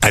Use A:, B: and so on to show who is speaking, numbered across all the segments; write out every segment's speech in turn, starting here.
A: À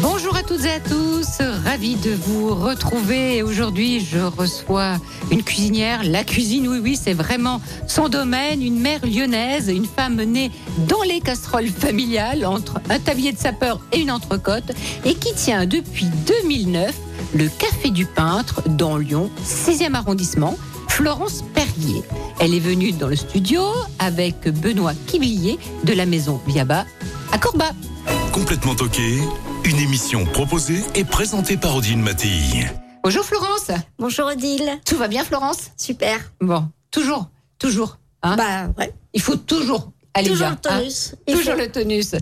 B: Bonjour à toutes et à tous, ravi de vous retrouver. Aujourd'hui, je reçois une cuisinière. La cuisine, oui, oui, c'est vraiment son domaine. Une mère lyonnaise, une femme née dans les casseroles familiales, entre un tablier de sapeur et une entrecôte, et qui tient depuis 2009 le Café du Peintre dans Lyon, 16e arrondissement, Florence Perrier. Elle est venue dans le studio avec Benoît Quivillier de la maison Viaba à Corba.
A: Complètement toqué, une émission proposée et présentée par Odile Mattei.
B: Bonjour Florence
C: Bonjour Odile.
B: Tout va bien, Florence
C: Super.
B: Bon, toujours, toujours. hein.
C: Bah ouais.
B: il faut toujours aller
C: Toujours
B: bien.
C: le
B: hein.
C: tonus. Il
B: toujours
C: faut-
B: le tonus.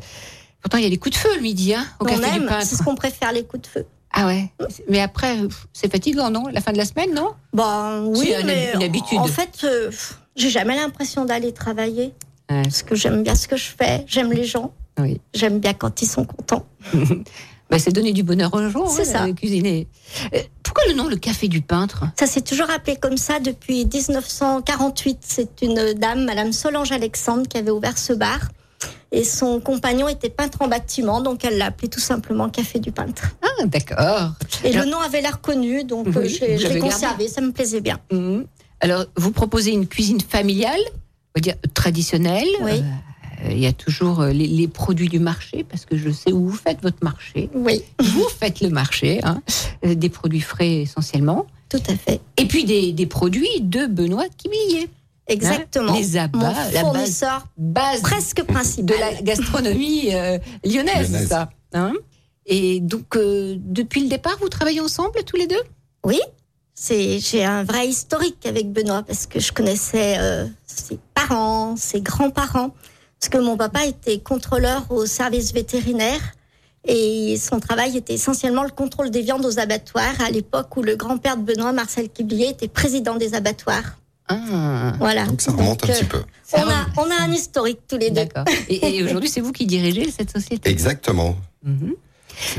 B: Pourtant, il y a des coups de feu le midi, hein, au
C: On
B: café du
C: aime,
B: peintre.
C: c'est ce qu'on préfère les coups de feu.
B: Ah ouais. Mais après, pff, c'est fatigant, non La fin de la semaine, non
C: Bah oui,
B: C'est une-
C: mais
B: une
C: en-
B: habitude.
C: En fait, euh, pff, j'ai jamais l'impression d'aller travailler
B: Ouais.
C: parce que j'aime bien ce que je fais, j'aime les gens,
B: Oui.
C: j'aime bien quand ils sont contents.
B: Bah, c'est donner du bonheur aux gens,
C: C'est
B: hein,
C: ça.
B: cuisiner. Euh, Pourquoi le nom le café du peintre
C: Ça s'est toujours appelé comme ça depuis 1948. C'est une dame, Madame Solange Alexandre, qui avait ouvert ce bar. Et son compagnon était peintre en bâtiment, donc elle l'a appelé tout simplement Café du Peintre.
B: Ah, d'accord.
C: Et
B: Alors-
C: le nom avait l'air connu, donc
B: Oui,
C: euh, j'ai-
B: vous
C: je
B: l'avez
C: l'ai
B: Mhm. gardé.
C: conservé, ça me plaisait bien.
B: Mhm. Alors, vous proposez une cuisine familiale, on va dire traditionnelle.
C: Oui.
B: Euh, il y a toujours euh, les, les produits du marché, parce que je sais où vous faites votre marché.
C: Oui,
B: Vous faites le marché, hein, euh, des produits frais essentiellement.
C: tout à fait.
B: Et puis des, des produits de Benoît Quiblier.
C: Exactement.
B: Les abats,
C: Mon
B: la base,
C: fournisseur
B: base
C: presque
B: de
C: principal.
B: la gastronomie euh, lyonnaise,
D: Lyonnaise.
B: ça. hein. Et donc, euh, depuis le départ, vous travaillez ensemble tous les deux
C: Oui, c'est j'ai un vrai historique avec Benoît parce que je connaissais euh, ses parents, ses grands-parents, parce que mon papa était contrôleur au service vétérinaire. Et son travail était essentiellement le contrôle des viandes aux abattoirs, à l'époque où le grand-père de Benoît, Marcel Quiblier, était président des abattoirs.
B: Ah,
C: Voilà.
D: Donc ça remonte un
C: euh,
D: petit peu.
B: ça
C: on, a, on a un historique tous les deux.
B: D'accord. Et, et aujourd'hui, c'est vous qui dirigez cette société
D: Exactement.
B: Mhm.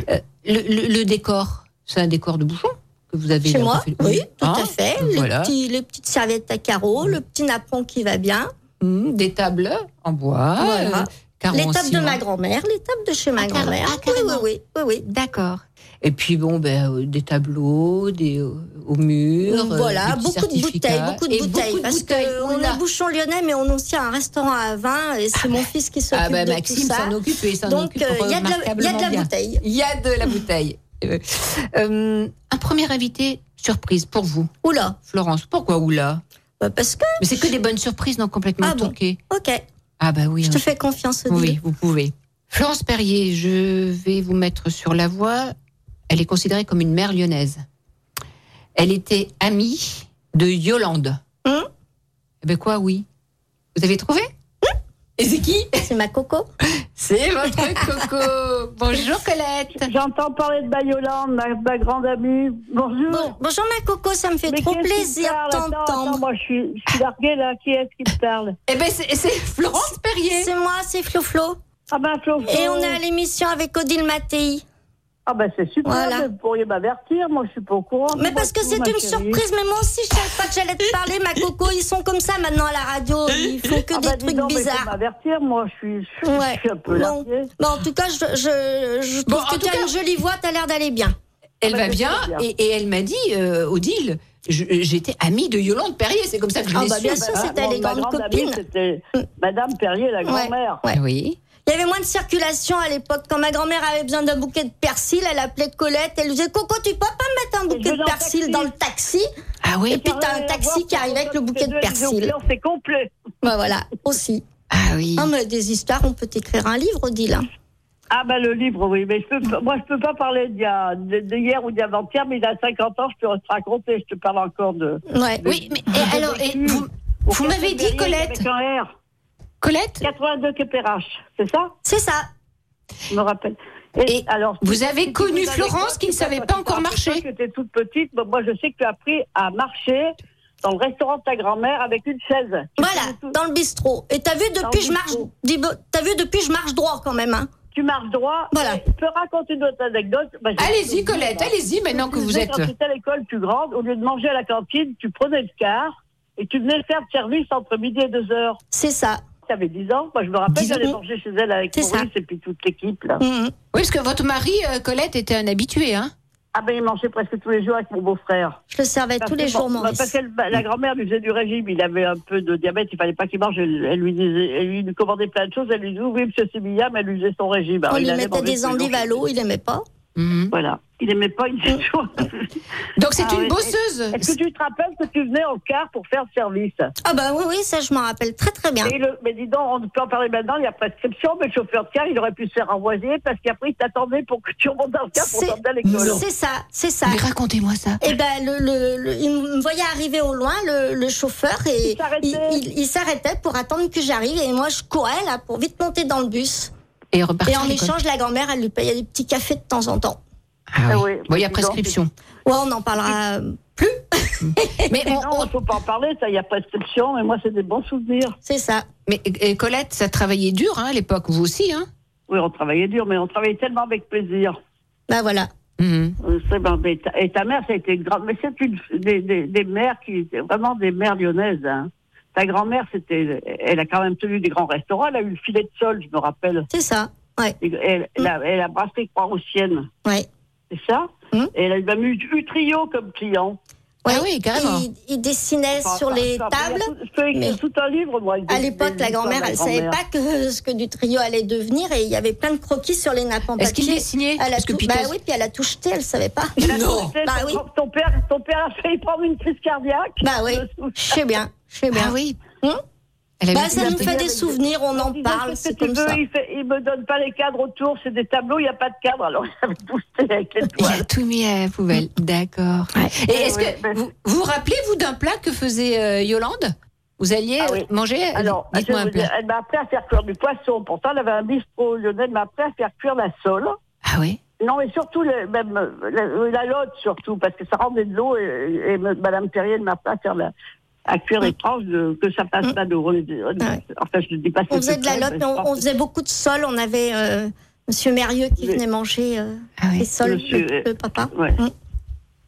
B: Euh, le, le- le décor, c'est un décor de bouchon que vous avez
C: Chez
B: dans
C: moi,
B: Café-
C: oui, tout
B: Ah,
C: à fait.
B: voilà.
C: Les, petits- les petites serviettes à carreaux, le petit napperon qui va bien.
B: Mhm, des tables en bois,
C: Voilà.
B: euh, carreaux en
C: L'étape de
B: ciment.
C: ma grand-mère, l'étape de chez ma
B: Ah, carrément.
C: grand-mère.
B: Ah,
C: oui, oui,
B: carrément.
C: oui, oui, oui.
B: D'accord. Et puis bon, ben, euh, des tableaux, des euh, au mur, euh,
C: Voilà,
B: des petits
C: beaucoup de bouteilles,
B: certificats.
C: beaucoup
B: Et
C: de bouteilles. parce
B: bouteilles,
C: qu'on
B: a-
C: est bouchon lyonnais, mais on a aussi un restaurant à vin, et c'est mon fils qui s'occupe
B: Ah ben
C: de
B: Maxime
C: tout
B: s'en
C: ça.
B: occupe et s'en
C: Donc,
B: occupe
C: euh, il y a de la- il y a de
B: remarquablement
C: la
B: bien.
C: bouteille.
B: Il y a de la bouteille. Euh, euh, un premier invité surprise pour vous,
C: Oula,
B: Florence. Pourquoi oula
C: bah, parce que,
B: Mais c'est que des bonnes surprises non complètement
C: Ah bon
B: toquées.
C: ok,
B: Ah bah oui.
C: je
B: hein.
C: te fais confiance, Odile.
B: Oui, vous pouvez. Florence Perrier, je vais vous mettre sur la voie. Elle est considérée comme une mère lyonnaise. Elle était amie de Yolande.
C: Hum.
B: Eh ben quoi, oui. Vous avez trouvé Et c'est qui
C: C'est ma coco.
B: C'est votre coco. Bonjour Colette.
E: J'entends parler de Bayolande, ma, ma grande amie. Bonjour.
C: Bon- bonjour, ma coco, ça me fait
E: Mais
C: trop
E: qui est-ce qui
C: plaisir
E: parle
C: de
E: Attends, attends,
C: t'entendre.
E: moi je suis, je suis larguée là. Qui est-ce qui me parle
B: Eh ben c'est c'est Florence Perrier.
C: C'est moi, c'est Flo-Flo.
E: Ah ben Flo. Flo.
C: Et on est à l'émission avec Odile Mattei.
E: Ah ben c'est super.
C: Voilà.
E: mais vous pourriez m'avertir. Moi je suis pas au courant.
C: Mais
E: Dis-moi
C: parce que
E: tout,
C: c'est
E: ma
C: une
E: chérie.
C: surprise, mais moi aussi je savais pas que j'allais te parler, ma coco, ils sont comme ça maintenant à la radio, ils font que
E: Ah
C: des
E: ben, dis
C: trucs
E: donc, mais faut
C: bizarres.
E: m'avertir. Moi je suis, je, suis-
C: Ouais.
E: je suis un peu
C: Bon.
E: larguée.
C: Mais en tout cas, je, je, je
B: Bon,
C: trouve
B: en
C: que
B: tout
C: tu as
B: cas-
C: une jolie voix, t'as l'air d'aller bien.
B: Elle
E: Ah
B: va
E: bah,
B: bien
E: c'est bien.
B: et, et elle m'a dit, euh, Odile, je- j'étais amie de Yolande Perrier. C'est comme ça que je
C: Ah
B: l'ai
C: bah,
B: su.
C: bien sûr,
B: Ah,
C: c'était
E: Bon,
C: les
E: ma
C: grandes
E: grande
C: copines. Mm.
E: amie c'était Madame Perrier, la grand-mère.
C: ouais.
B: Oui.
C: Il y avait moins de circulation à l'époque. Quand ma grand-mère avait besoin d'un bouquet de persil, elle appelait Colette, elle lui disait Coco, tu peux pas me mettre un
E: je
C: bouquet de
E: vais dans le
C: persil
E: taxi.
C: dans le taxi
B: Ah oui.
C: Et puis t'as un taxi qui arrive avec le bouquet de persil.
E: C'est complet.
C: Bah voilà, aussi.
B: Ah oui.
C: Ah, mais des histoires, on peut t'écrire un livre, Odile. hein.
E: Ah ben le livre, oui, mais je peux, pas- moi je peux pas parler d'il y a- de- d'hier ou d'avant-hier, mais il y a 50 ans, je peux te raconter, je te parle encore de...
C: Ouais.
B: Oui, mais et alors, et vous,
E: Au
B: vous m'avez dit,
E: Café Berrier,
B: Colette,
E: avec un R,
B: Colette
E: 82 Képérache, c'est ça
C: C'est ça.
E: Je me rappelle. Et alors,
B: Vous
E: si-
B: avez
E: si
B: connu
E: vous avez
B: Florence
E: quoi,
B: qui ne
E: c'est
B: savait
E: toi,
B: pas
E: tu
B: encore
E: te rappelles
B: marcher.
E: pas que tu toute petite. Bon, moi, je sais que tu as appris à marcher dans le restaurant de ta grand-mère avec une chaise. Tu
C: Voilà,
E: connais tout.
C: dans le bistrot. Et t'as vu
E: Dans
C: depuis
E: le
C: je marche,
E: bistrot.
C: dis bo- t'as vu depuis je marche droit quand même. Hein.
E: Tu marches droit.
C: Voilà.
E: Je peux raconter une autre anecdote. Bah, j'ai-
B: Allez-y, Colette, allez-y maintenant que
E: Tu
B: vous
E: sais,
B: êtes.
E: Quand tu étais à l'école plus grande, au lieu de manger à la cantine, tu prenais le car et tu venais faire de service entre midi et deux heures.
C: C'est ça.
E: Tu avais 10 ans. Moi, je me rappelle,
C: 10 ans.
E: j'allais manger chez elle avec
C: C'est ça.
E: Maurice et puis toute l'équipe. là.
C: Mhm.
B: Oui, parce que votre mari, euh, Colette, était un habitué, hein
E: Ah ben, il mangeait presque tous les jours avec mon beau-frère.
C: Je le servais tous les
E: Parce que-
C: jours, Maurice.
E: Parce que le- la grand-mère lui faisait du régime. Il avait un peu de diabète. Il fallait pas qu'il mange. Elle, elle lui disait, elle lui commandait plein de choses. Elle lui disait, oui, monsieur Sibilla, mais elle lui faisait son régime.
C: On
E: Alors, il
C: lui
E: allait
C: mettait
E: manger tous
C: des
E: les jours.
C: endives à l'eau, Mm. il aimait pas.
B: Mhm.
E: Voilà. Il aimait pas, il disait toujours.
B: Donc c'est
E: Ah
B: une
E: ouais.
B: bosseuse.
E: Est-ce que tu te rappelles que tu venais en car pour faire service
C: Ah bah oui, oui, ça je m'en rappelle très très bien.
E: Et le- mais dis donc, on peut en parler maintenant, il y a prescription, mais le chauffeur de car, il aurait pu se faire envoyer parce qu'après, il t'attendait pour que tu remontes dans le car pour
C: C'est-
E: t'emmener à l'école.
C: C'est ça, c'est ça.
B: Mais racontez-moi ça.
C: Et ben le, le- le- il me voyait arriver au loin le, le chauffeur et
E: Il s'arrêtait.
C: il- il- il s'arrêtait pour attendre que j'arrive et moi je courais là pour vite monter dans le bus.
B: Et repartir.
C: Et
B: à
C: en
B: l'école.
C: échange, la grand-mère elle lui payait des petits cafés de temps en temps.
B: Ah
E: Ah
B: oui.
E: oui,
B: Bon, il y a
E: mais dis donc,
B: prescription.
C: Ouais, on en parlera. euh,
B: Mais, on-
E: Non,
B: on-
E: il faut pas en parler, ça, il y a prescription, mais moi, c'est des bons souvenirs.
C: C'est ça.
B: mais euh, Colette, ça travaillait dur hein, à l'époque, vous aussi, hein
E: Oui, on travaillait dur, mais on travaillait tellement avec plaisir.
C: Bah voilà.
B: Mhm.
E: Euh, c'est bon, mais ta- et ta mère, ça a été une grande. Mais c'est une des, des, des mères qui étaient vraiment des mères lyonnaises. hein. Ta grand-mère, c'était, elle a quand même tenu des grands restaurants. Elle a eu le filet de sol, je me rappelle.
C: C'est ça. Ouais.
E: Et Elle, elle, a, elle a brassé Croix-Roussienne,
C: Ouais.
E: c'est ça
C: Hum.
E: Et elle a même eu du trio comme client.
C: Ouais.
B: Ah oui, carrément.
C: Il, il dessinait
E: Enfin,
C: sur
E: ça-
C: les
E: ça- il y a
C: tables.
E: Ah, tout- Je peux écrire
C: mais-
E: tout un livre, moi.
C: À l'époque, la grand-mère, elle savait pas que ce que du trio allait devenir et il y avait plein de croquis sur les nappes en
B: Est-ce qu'il
C: papier.
B: dessinait
C: Elle a
B: Parce que
C: tout-
B: Picasso-
C: Bah oui, puis elle a tout jeté, elle savait pas.
E: Non
C: Bah oui.
E: ton, père, ton père a failli prendre une crise cardiaque.
C: Bah oui.
E: Je me
C: Je sais bien, je sais bien.
B: Ah oui.
C: Hum
B: Elle avait
C: Bah, ça
B: une
C: nous
B: idée.
C: fait des souvenirs, on en
E: disais,
C: parle,
E: qu'est-ce que
C: c'est
E: tu
C: comme
E: veux
C: ça.
E: il, fait, il me donne pas les cadres autour, c'est des tableaux, il n'y a pas de cadre. Alors j'avais tout jeté avec les
B: Il
E: toiles.
B: a tout mis à la poubelle. D'accord.
C: Ouais.
B: Et est-ce
E: Mm. Ouais, ben,
B: que
E: ouais.
B: vous vous vous rappelez, vous, d'un plat que faisait euh, Yolande Vous alliez
E: Ah oui.
B: euh, manger
E: Alors, je
B: Dites-moi
E: vais
B: un
E: vous dire,
B: plat.
E: elle m'a appris à faire cuire du poisson. Pourtant, elle avait un bistrot lyonnais. Elle m'a appris à faire cuire la sole.
B: Ah oui
E: Non, mais surtout, le- même euh, la, la lotte, surtout, parce que ça rendait de l'eau et, et me- Madame Perrier ne m'a pas faire la, à cuire les tranches de, que ça passe pas de.
C: Mm. Ouais.
E: Enfin, je ne dis pas
C: On faisait de la lotte, mais on, on faisait beaucoup de sol. On avait euh, Monsieur Mérieux qui
E: Mais-
C: venait manger euh,
B: Ah
C: les
B: oui.
C: sols,
E: Monsieur,
C: le, le papa.
E: ouais.
C: Mm. Mm-hmm.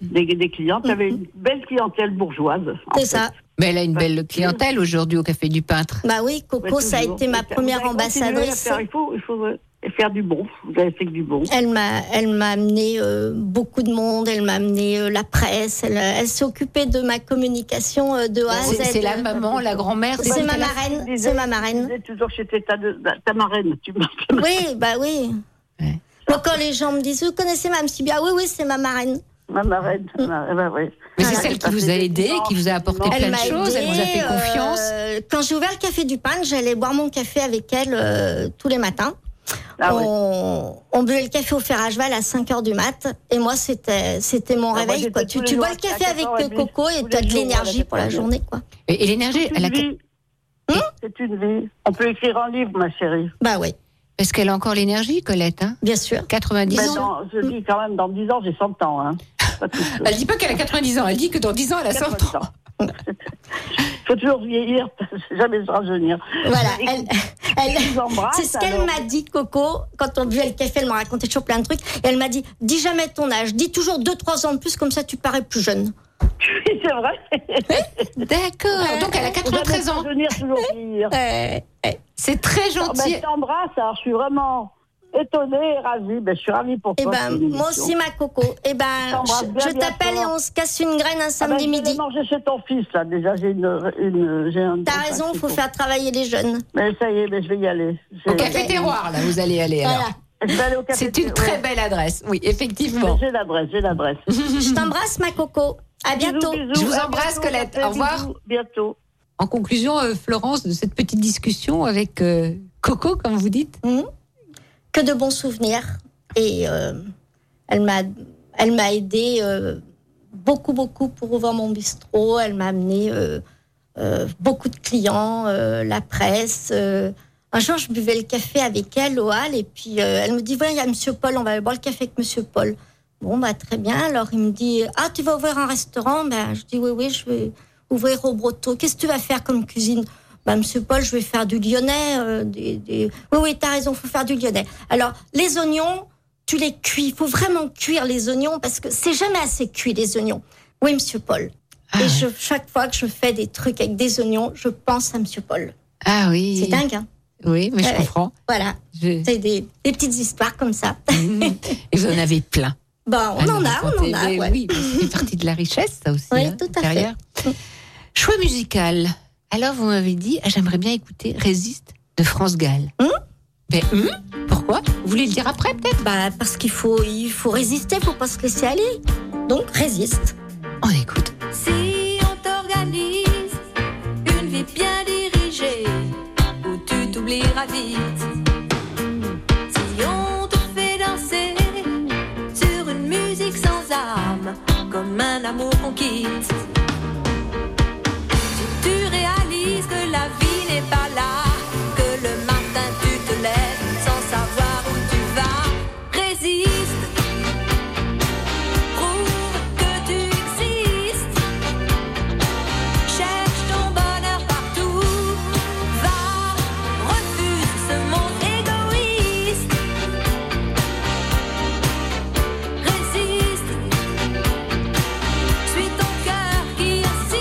E: des, des clients. Tu une belle clientèle bourgeoise. en
C: C'est
E: fait.
C: ça.
B: Mais elle a une belle clientèle aujourd'hui au Café du Peintre.
C: Bah oui,
E: Ouais,
C: Coco, ça a
E: toujours.
C: été ma
E: Vous
C: première
E: avez continué à
C: ambassadrice.
E: faire- Il faut, il faut euh, faire du bon. Vous avez fait que du bon.
C: Elle m'a, elle m'a amené euh, beaucoup de monde. Elle m'a amené euh, la presse. Elle, elle s'est occupée de ma communication euh, de A à
B: C'est
C: Z.
B: c'est la maman, la grand-mère.
C: C'est ma
B: la-
C: marraine.
E: disais-
C: C'est ma
E: Vous
C: marraine.
E: êtes toujours chez ta, ta marraine. Tu m'as-
C: Oui, bah oui.
B: Ouais.
C: Donc, quand les gens me disent, vous connaissez Mme Sibia Oui, oui, c'est ma marraine.
E: Ma marraine. ma- bah ouais.
B: Mais c'est
C: Voilà.
B: celle qui vous a aidé, qui vous a apporté
E: Elle
B: plein de
C: m'a
B: choses, elle vous a fait
C: aidée,
B: confiance.
C: euh, quand j'ai ouvert le café du pain, j'allais boire mon café avec elle euh, tous les matins.
E: Ah ouais.
C: on, on buvait le café au fer à cheval à 5 heures du mat. Et moi, c'était c'était mon
E: Ah, moi,
C: réveil.
E: j'étais
C: quoi.
E: tous
C: Tu,
E: les
C: tu
E: jours
C: bois le
E: à
C: café
E: 4
C: avec
E: heures et demie,
C: Coco
E: tous
C: et
E: les
C: tu as de
E: jours,
C: l'énergie
E: voilà,
C: pour la
E: c'est
C: journée. quoi.
B: Et, et l'énergie,
E: C'est
B: elle a...
E: une vie.
C: Hein
E: C'est une vie. On peut écrire un livre, ma chérie.
C: Bah oui,
B: Est-ce qu'elle a encore l'énergie, Colette hein
C: bien sûr.
B: 90
E: Ben,
B: ans.
E: dans- je dis quand même, dans 10 ans, j'ai 100 ans. Hein. Pas tout de suite.
B: Elle dit pas qu'elle a 90 ans, elle dit que dans 10 ans, elle a 100 ans.
E: 80 ans. Il faut toujours vieillir, jamais se rajeunir.
C: Voilà.
E: Et-
C: elle- elle-
E: Je vous embrasse,
C: C'est ce qu'elle
E: alors.
C: m'a dit, Coco, quand on buvait le café. Elle m'a raconté toujours plein de trucs. Et elle m'a dit dis jamais ton âge, dis toujours 2-3 ans de plus, comme ça tu parais plus jeune.
E: Oui, c'est vrai.
B: D'accord. Donc, elle a 93 ans.
E: Rajeunir, toujours vieillir.
C: Ouais.
B: C'est très
E: Oh, ben,
B: gentil.
E: je t'embrasse, alors je suis vraiment étonnée et ravie. Ben, je suis ravie pour
C: Eh
E: toi.
C: ben,
E: pour l'émission.
C: moi aussi, ma coco. Eh ben,
E: t'embrasse
C: je,
E: bien,
C: je
E: bien
C: t'appelle et
E: fort.
C: on se casse une graine un
E: Ah ben,
C: samedi
E: je vais aller
C: midi.
E: manger chez ton fils, là. Déjà, j'ai une. une j'ai un-
C: T'as raison, faut faire travailler les jeunes.
E: Mais ça y est, mais je vais y aller. J'ai-
B: Au Café Terroir, là, vous allez aller. alors.
C: Voilà.
E: Je vais aller au café.
B: C'est une
E: Ouais.
B: très belle adresse. Oui, effectivement.
E: J'ai l'adresse, j'ai l'adresse.
C: Je t'embrasse, ma coco. À bientôt.
E: Bisous,
B: Je
E: bisous.
B: vous
E: À
B: embrasse,
E: bientôt,
B: Colette.
E: café,
B: Au revoir.
E: bisous, Bientôt.
B: En conclusion, euh, Florence, de cette petite discussion avec euh, Coco, comme vous dites,
C: Mhm. Que de bons souvenirs. Et euh, elle m'a, elle m'a aidé euh, beaucoup, beaucoup pour ouvrir mon bistrot. Elle m'a amené euh, euh, beaucoup de clients, euh, la presse, euh, Un jour, je buvais le café avec elle au hall et puis euh, elle me dit voilà, il y a Monsieur Paul, on va aller boire le café avec Monsieur Paul. Bon, bah très bien. Alors il me dit ah tu vas ouvrir un restaurant Ben je dis oui oui, je vais ouvrir au Broto. Qu'est-ce que tu vas faire comme cuisine bah, Monsieur Paul, je vais faire du lyonnais. euh, des- des- Oui, oui, t'as raison, faut faire du lyonnais. Alors, les oignons, tu les cuis. Faut vraiment cuire les oignons parce que c'est jamais assez cuit, les oignons. Oui, Monsieur Paul.
B: Ah,
C: Et
B: ouais.
C: je, chaque fois que je fais des trucs avec des oignons, je pense à Monsieur Paul.
B: Ah oui.
C: C'est dingue, hein
B: Oui, mais je
C: Ouais.
B: comprends.
C: Voilà,
B: Je-
C: c'est des, des petites histoires comme ça.
B: Et vous en avez plein.
C: Bon, on
B: à
C: en
B: nous
C: a, on en
B: raconter.
C: a.
B: Ah, Mais
C: ouais.
B: Oui, mais c'est une partie de la richesse, ça aussi.
C: Oui,
B: hein,
C: tout à
B: intérieure. Choix musical. Alors, vous m'avez dit, ah, j'aimerais bien écouter Résiste de France Gall.
C: Hum
B: Mais hum, pourquoi Vous voulez le dire après, peut-être
C: Bah, parce qu'il faut, il faut résister, faut pas se laisser aller. Donc, résiste.
B: On écoute.
F: Si on t'organise une vie bien dirigée, où tu t'oublieras vite. Si on te fait danser sur une musique sans âme, comme un amour qu'on quitte. Si tu réalises que la vie n'est pas là, que le matin tu te lèves sans savoir où tu vas, résiste. Prouve que tu existes. Cherche ton bonheur partout. Va, refuse ce monde égoïste. Résiste. Suis ton cœur qui insiste.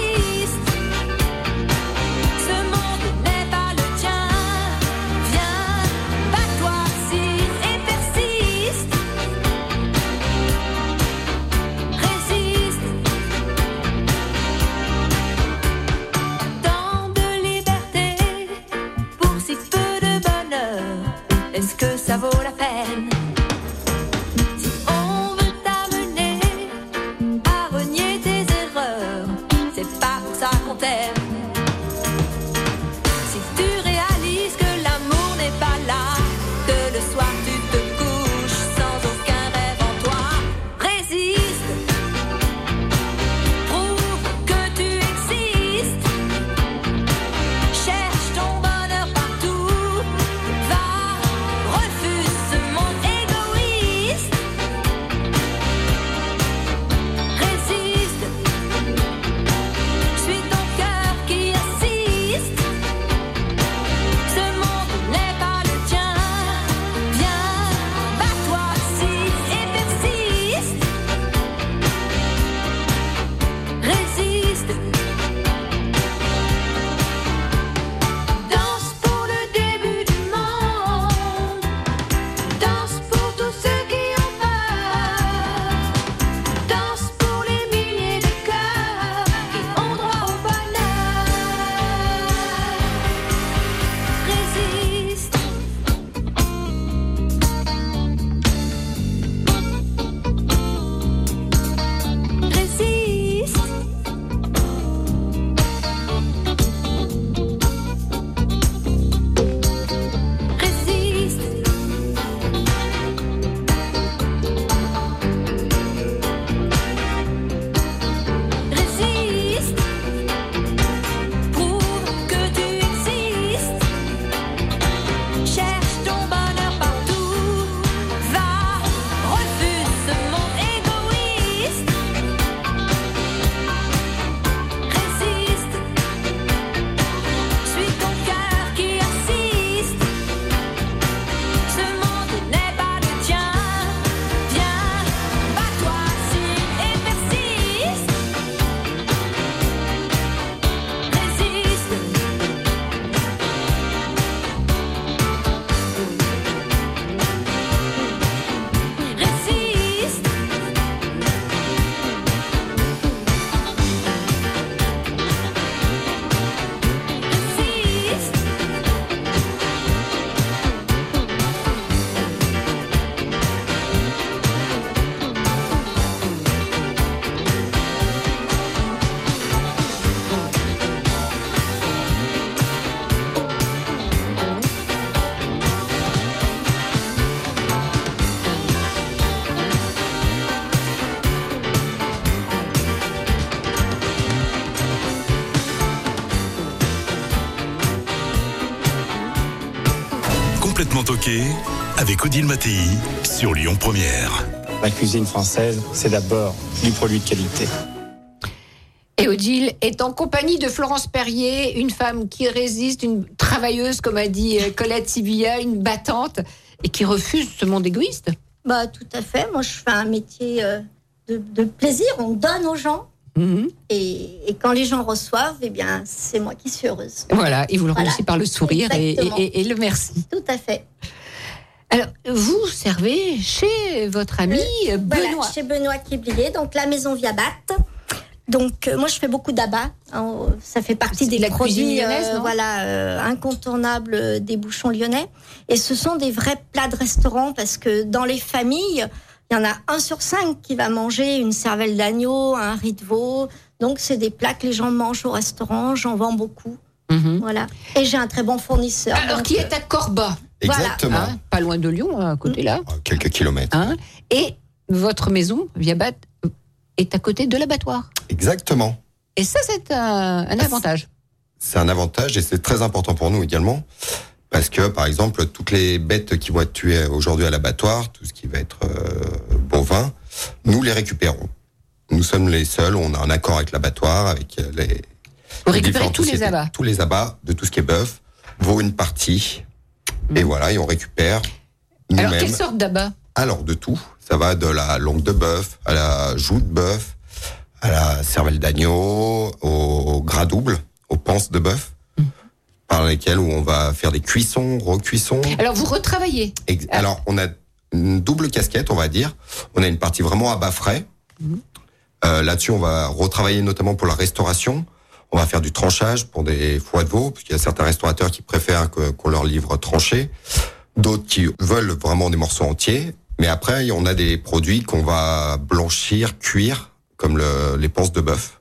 F: Ce monde n'est pas le tien. Viens, bats-toi, cise et persiste. Résiste Tant de liberté pour si peu de bonheur Est-ce que ça vaut la peine Si on veut t'amener à renier tes erreurs C'est pas pour ça qu'on t'aime Si tu réalises que l'amour n'est pas là Que le soir tu te couches sans aucun rêve en toi Résiste Prouve que tu existes. Cherche ton bonheur partout. Va, refuse ce monde égoïste. Résiste. Suis ton cœur
A: complètement toqué avec Odile Mattei sur Lyon Première.
G: La cuisine française, c'est d'abord du produit de qualité.
B: Et Odile est en compagnie de Florence Perrier, une femme qui résiste, une travailleuse, comme a dit euh, Colette Sivilla, une battante, et qui refuse ce monde égoïste.
C: Bah, tout à fait. Moi, je fais un métier euh, de, de plaisir. On donne aux gens.
B: Mhm.
C: Et, et quand les gens reçoivent, eh bien, c'est moi qui suis heureuse.
B: Voilà, et vous le
C: Voilà.
B: remerciez par le sourire et,
C: Exactement.
B: et- et- et le merci.
C: Tout à fait.
B: Alors, vous servez chez votre ami euh,
C: Voilà,
B: Benoît.
C: chez Benoît Quiblier, donc la maison Viabat. Donc, euh, moi, je fais beaucoup d'abats. hein, ça fait
B: C'est
C: partie
B: de
C: des
B: la
C: produits
B: cuisine lyonnaise, non
C: voilà, euh, incontournables euh, des bouchons lyonnais. Et ce sont des vrais plats de restaurant parce que dans les familles, il y en a un sur cinq qui va manger une cervelle d'agneau, un riz de veau. Donc, c'est des plats que les gens mangent au restaurant. J'en vends beaucoup.
B: Mhm.
C: Voilà. Et j'ai un très bon fournisseur.
B: Alors,
C: donc,
B: qui est à Corba,
C: Voilà.
H: Exactement.
B: hein, pas loin de Lyon, à côté là.
H: À Quelques kilomètres.
B: Hein, et votre maison, Viabat, est à côté de l'abattoir.
H: Exactement.
B: Et ça, c'est un, un avantage.
H: C'est un avantage et c'est très important pour nous également. Parce que, par exemple, toutes les bêtes qui vont être tuées aujourd'hui à l'abattoir, tout ce qui va être euh, bovin, nous les récupérons. Nous sommes les seuls, on a un accord avec l'abattoir, avec euh, les,
B: Vous
H: les
B: récupérez
H: différentes
B: tous les
H: sociétés.
B: abats.
H: Tous les abats de tout ce qui est bœuf, vaut une partie. Et voilà, et on récupère
B: Mm. Alors,
H: nous-mêmes.
B: quelle sorte d'abats
H: Alors de tout, ça va de la langue de bœuf à la joue de bœuf, à la cervelle d'agneau, au gras double, aux panses de bœuf, par lesquelles où on va faire des cuissons, recuissons.
B: Alors, vous retravaillez.
H: Ex- Alors on a une double casquette, on va dire. On a une partie vraiment à bas frais. Euh, Là-dessus, on va retravailler notamment pour la restauration. On va faire du tranchage pour des foies de veau, parce qu'il y a certains restaurateurs qui préfèrent que- qu'on leur livre tranché, d'autres qui veulent vraiment des morceaux entiers. Mais après, on a des produits qu'on va blanchir, cuire, comme le- les panses de bœuf,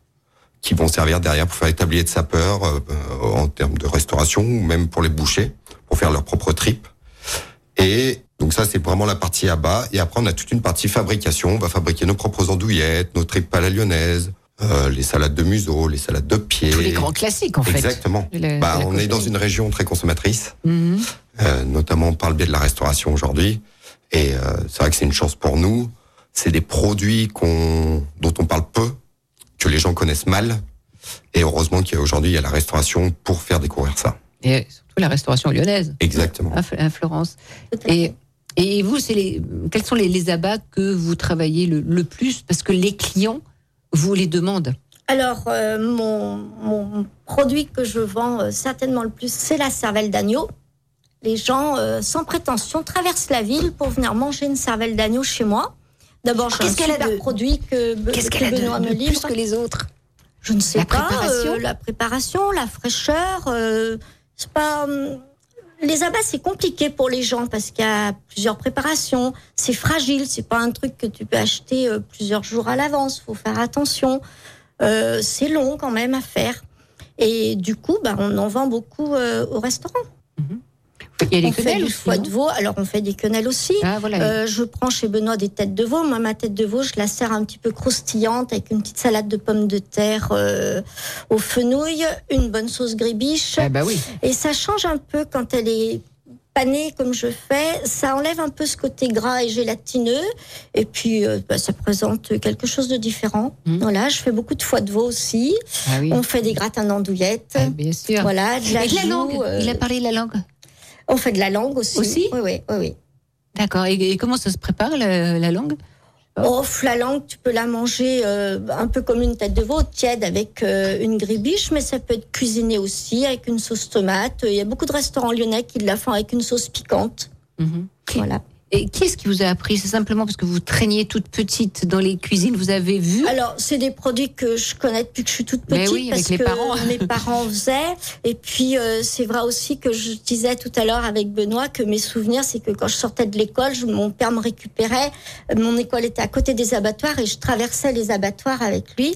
H: qui vont servir derrière pour faire les tabliers de sapeurs euh, euh, en termes de restauration, ou même pour les bouchers, pour faire leurs propres tripes. Et donc ça, c'est vraiment la partie à bas. Et après, on a toute une partie fabrication. On va fabriquer nos propres andouillettes, nos tripes à la lyonnaise, euh, les salades de museau, les salades de pied.
B: Tous les grands classiques, en fait.
H: Exactement.
B: de la-
H: Bah,
B: de la
H: on est dans
B: causerie.
H: une région très consommatrice,
B: Mhm.
H: euh, notamment par le biais de la restauration aujourd'hui. Et euh, c'est vrai que c'est une chance pour nous. C'est des produits qu'on, dont on parle peu, que les gens connaissent mal. Et heureusement qu'aujourd'hui, il y a la restauration pour faire découvrir ça.
B: Et surtout la restauration lyonnaise,
H: Exactement.
B: à F- à Florence.
C: tout à fait.
B: Et, et vous, c'est les, quels sont les, les abats que vous travaillez le, le plus Parce que les clients vous les demandent.
C: Alors, euh, mon, mon produit que je vends euh, certainement le plus, c'est la cervelle d'agneau. Les gens, euh, sans prétention, traversent la ville pour venir manger une cervelle d'agneau chez moi. D'abord, j'ai un
B: Qu'est-ce qu'elle a
C: super
B: de-
C: produit que, Be-
B: Qu'est-ce
C: que
B: qu'elle a de,
C: Benoît
B: de
C: me livre.
B: plus que les autres
C: Je ne sais
B: La
C: pas. euh,
B: préparation
C: la préparation, la fraîcheur. euh, c'est pas. hum, les abats, c'est compliqué pour les gens parce qu'il y a plusieurs préparations. C'est fragile. C'est pas un truc que tu peux acheter euh, plusieurs jours à l'avance. Faut faire attention. Euh, c'est long quand même à faire. Et du coup, bah, on en vend beaucoup euh, au restaurant.
B: Il y a les
C: on fait
B: quenelles
C: du
B: aussi,
C: foie
B: non
C: de veau. Alors, on fait des quenelles aussi.
B: Ah, voilà.
C: Euh, je prends chez Benoît des têtes de veau. Moi, ma tête de veau, je la sers un petit peu croustillante avec une petite salade de pommes de terre euh, au fenouil, une bonne sauce gribiche.
B: Ah bah oui.
C: Et ça change un peu quand elle est panée comme je fais. Ça enlève un peu ce côté gras et gélatineux. Et puis, euh, bah, ça présente quelque chose de différent.
B: Mhm.
C: Voilà, je fais beaucoup de foie de veau aussi.
B: Ah oui.
C: On fait des gratins d'andouillettes.
B: Ah, bien sûr.
C: Voilà, de la,
B: Et de la
C: joue,
B: langue.
C: euh,
B: Il a parlé de la langue.
C: On fait de la langue aussi.
B: Aussi
C: oui, oui, oui, oui.
B: D'accord. Et, et comment ça se prépare la, la langue
C: Oh, la langue, tu peux la manger euh, un peu comme une tête de veau, tiède avec euh, une gribiche, mais ça peut être cuisiné aussi avec une sauce tomate. Il y a beaucoup de restaurants lyonnais qui la font avec une sauce piquante.
B: Mhm.
C: Voilà.
B: Et qui est-ce qui vous a appris C'est simplement parce que vous traîniez toute petite dans les cuisines, vous avez vu
C: Alors, c'est des produits que je connais depuis que je suis toute
B: Mais
C: petite,
B: oui, avec
C: parce
B: les
C: que
B: parents.
C: mes parents faisaient. Et puis, euh, c'est vrai aussi que je disais tout à l'heure avec Benoît que mes souvenirs, c'est que quand je sortais de l'école, je- mon père me récupérait. Mon école était à côté des abattoirs et je traversais les abattoirs avec lui.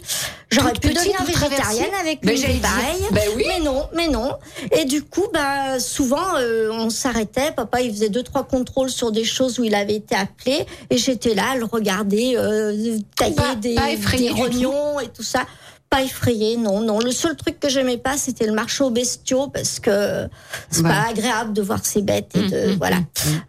C: J'aurais
B: Toute
C: pu
B: petite,
C: devenir
B: vous
C: végétarienne
B: traversiez
C: avec
B: Ben,
C: lui,
B: j'allais
C: c'est
B: dire.
C: pareil.
B: Ben oui.
C: Mais non, mais non. Et du coup, bah, souvent, euh, on s'arrêtait. Papa, il faisait deux, trois contrôles sur des choses où il avait été appelé. Et j'étais là à le regarder, euh, tailler
B: Pas-
C: des,
B: pas effrayée du
C: des
B: tout.
C: rognons et tout ça. pas effrayée, non, non. Le seul truc que j'aimais pas, c'était le marché aux bestiaux parce que c'est
I: Ouais.
C: pas agréable de voir ces bêtes
B: Mm,
C: et de voilà.